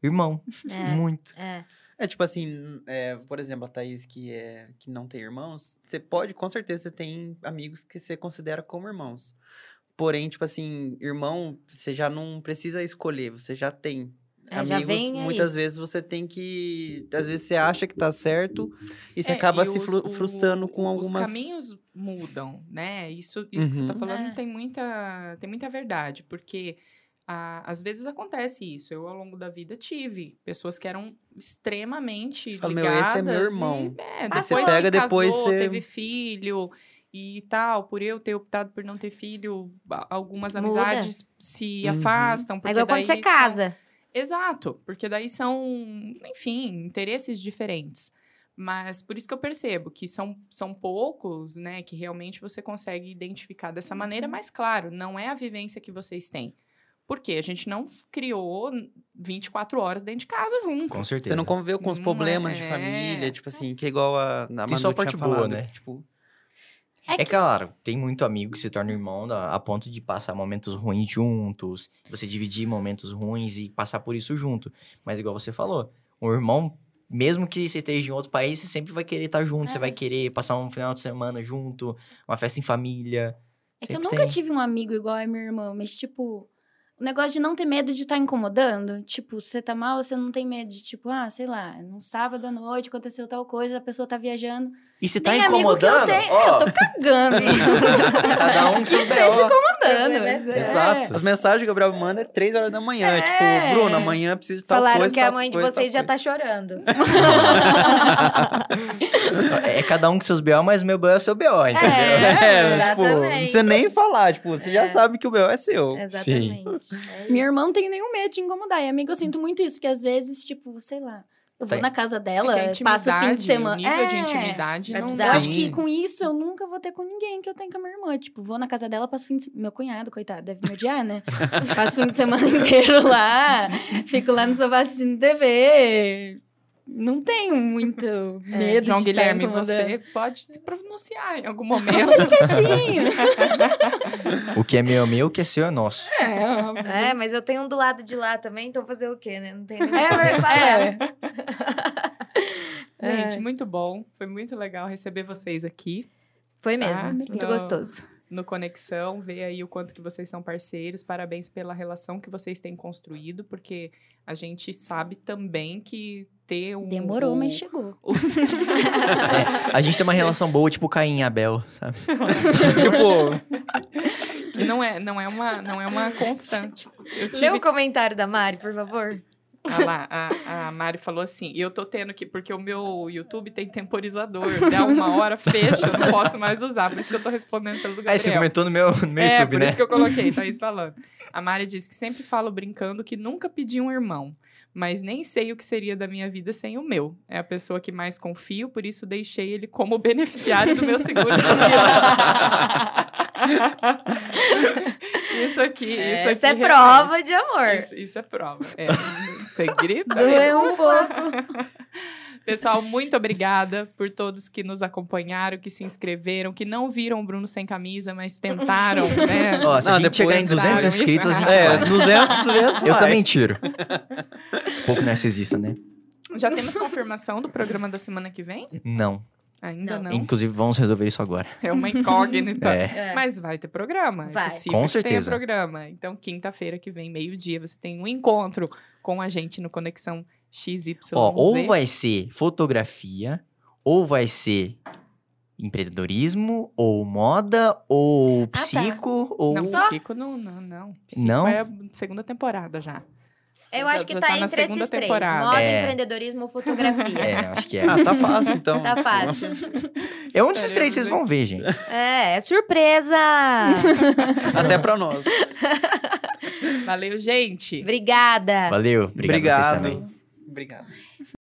B: Irmão,
C: É,
B: muito.
C: é.
D: É tipo assim, é, por exemplo, a Thaís que, é, que não tem irmãos, você pode, com certeza, você tem amigos que você considera como irmãos. Porém, tipo assim, irmão, você já não precisa escolher, você já tem.
C: É, já
D: amigos,
C: vem aí.
D: muitas vezes você tem que. Às vezes você acha que tá certo e você
A: É,
D: acaba
A: e
D: se
A: os-
D: fru-
A: o-
D: frustrando com algumas.
A: Os caminhos mudam, né? Isso, isso que você tá
D: Uhum.
A: falando
G: É.
A: tem, muita, tem muita verdade, porque ah, às vezes acontece isso. Eu, ao longo da vida, tive pessoas que eram extremamente
D: Você fala, "Meu, esse é
A: ligadas.
D: meu
A: e,
D: irmão."
A: é,
D: Aí
A: depois
D: você
A: você
D: pega, depois
A: casou,
D: você-
A: teve filho e tal. Por eu ter optado por não ter filho, a- algumas
C: Muda.
A: amizades se
D: Uhum.
A: afastam.
C: É
A: porque
C: igual quando
A: daí
C: você
A: são-
C: casa.
A: Exato, porque daí são, enfim, interesses diferentes. Mas por isso que eu percebo que são, são poucos, né, que realmente você consegue identificar dessa
E: Uhum.
A: maneira, mas claro, não é a vivência que vocês têm. Porque a gente não f- criou 24 horas dentro de casa junto.
B: Com certeza.
D: Você não conviveu com os
A: Não
D: problemas de
A: é.
D: família, tipo assim, que é igual a, a Manu
B: Tem só a parte
D: tinha
B: boa,
D: falado,
B: né?
D: Tipo,
B: É claro, tem muito amigo que se torna irmão da- a ponto de passar momentos ruins juntos, você dividir momentos ruins e passar por isso junto. Mas igual você falou, um irmão, mesmo que você esteja em outro país, você sempre vai querer estar junto, você
E: É.
B: vai querer passar um final de semana junto, uma festa em família.
E: é que eu
B: Sempre
E: nunca
B: tem.
E: tive um amigo igual a minha irmã, mas tipo, o negócio de não ter medo de estar incomodando. Tipo, você tá mal, você não tem medo de, tipo, ah, sei lá, num sábado à noite aconteceu tal coisa, a pessoa tá viajando.
B: E se tá
E: Nem amigo que eu
B: incomodando,
E: tenho,
B: ó, (laughs)
E: eu tô cagando.
C: (laughs)
E: (laughs)
B: cada um seu B.O.
E: incomodando. mas
C: tá
E: é.
B: Exato.
D: As mensagens que o Gabriel manda é 3 horas da manhã. É.
E: É.
D: Tipo, Bruno, amanhã eu preciso de tal
C: Falaram
D: coisa,
C: que a
D: tal
C: mãe de
D: coisa, tal
C: vocês já
D: coisa.
C: tá chorando.
B: É cada um com seus B.O., mas meu B.O. é seu B.O., entendeu?
D: É, tipo, não
C: Exatamente.
D: precisa nem falar, tipo, você
C: É.
D: já sabe que o meu é
B: (laughs)
D: seu.
C: Exatamente. É isso.
E: Minha irmã não tem nenhum medo de incomodar. E, amiga, eu sinto muito isso, porque às vezes, tipo, sei lá, eu vou
B: Tem.
E: na casa
A: É
E: dela,
A: que a
E: passo o fim
A: intimidade,
E: de semana.
A: O nível
E: é.
A: de intimidade
C: É
A: não
E: Eu
C: bizarro.
E: acho
D: Sim.
E: que com isso eu nunca vou ter com ninguém que eu tenho com a minha irmã. Tipo, vou na casa dela, passo o fim de semana. Meu cunhado, coitado, deve me odiar, né? passo o fim de semana inteiro lá, fico lá no sofá assistindo TV. não tenho muito medo
A: É. João
E: de tá
A: Guilherme,
E: incomodando.
A: você pode se pronunciar em
E: (laughs)
A: algum momento.
E: Deixa quietinho.
A: (laughs)
B: O que é meu é meu, o que é seu é nosso.
A: é,
C: É, mas eu tenho um do lado de lá também, então fazer o quê, né? Não tem nem o que
E: É,
C: falar.
E: é.
A: (laughs) Gente, muito bom. Foi muito legal receber vocês aqui
C: Foi
A: Tá,
C: mesmo, muito
A: então-
C: gostoso.
A: no Conexão, ver aí o quanto que vocês são parceiros. Parabéns pela relação que vocês têm construído, porque a gente sabe também que ter um
E: Demorou,
A: o-
E: mas chegou.
B: É, a gente tem uma relação boa, tipo Caim e Abel, sabe?
D: tipo,
A: que não é, não é uma, não é uma constante. Eu
C: Lê
A: tive
C: o comentário da Mari, por favor.
A: Ah lá, a, a Mari falou assim: eu tô tendo que, porque o meu YouTube tem temporizador, dá uma hora, fecha, eu não posso mais usar. Por isso que eu tô respondendo pelo Gabriel.
B: Aí É, você comentou no meu, no meu
A: é,
B: YouTube,
A: por
B: né?
A: isso que eu
B: (laughs)
A: coloquei, Thaís falando. A Mari disse que sempre falo brincando que nunca pedi um irmão, mas nem sei o que seria da minha vida sem o meu. É a pessoa que mais confio, por isso deixei ele como beneficiário do meu
C: (laughs)
A: seguro. de vida. isso aqui,
C: É,
A: isso aqui.
C: Isso é
A: realmente-
C: prova de amor.
A: Isso, isso é prova. É, você
C: (laughs)
A: grita?
E: Doeu um pouco.
A: Pessoal, muito obrigada por todos que nos acompanharam, que se inscreveram, que não viram o Bruno sem camisa, mas tentaram,
C: (laughs)
A: né?
B: Ó, se
D: Não,
B: a gente chegar em
D: depois-
B: 200
A: Claro, isso
B: inscritos, a gente
D: é,
B: vai.
D: 200, 200
B: Eu
D: vai.
B: também tiro. Um (laughs) pouco narcisista, né?
A: Já temos confirmação do programa da semana que vem?
B: Não.
A: Ainda não.
C: Não.
B: Inclusive, vamos resolver isso agora.
A: É
C: (laughs)
A: uma incógnita.
B: É.
C: É.
A: Mas vai ter programa. É
C: Vai.
A: possível
B: Com
A: que tenha
B: certeza.
A: programa. Então, quinta-feira que vem, meio-dia, você tem um encontro com a gente no Conexão XYZ.
B: Ó, ou vai ser fotografia, ou vai ser empreendedorismo, ou moda, ou
E: tá.
B: psico, ou...
A: Ah, Não,
C: Só?
A: Psico não, não, não. Psico
B: Não?
A: é a segunda temporada já.
C: Eu
A: Já-
C: acho que
A: já
C: tá,
A: tá na
C: entre
A: segunda
C: esses três.
A: temporada.
C: Moda,
B: É.
C: empreendedorismo ou fotografia.
B: É, acho que (laughs) é.
D: Ah, tá fácil, então.
C: Tá fácil.
A: tá.
B: É um desses três, vocês vão ver, gente.
C: É, é surpresa!
B: (laughs)
D: Até pra nós.
A: Valeu, gente!
C: Obrigada!
B: Valeu. Obrigado, a vocês também.
D: Obrigado.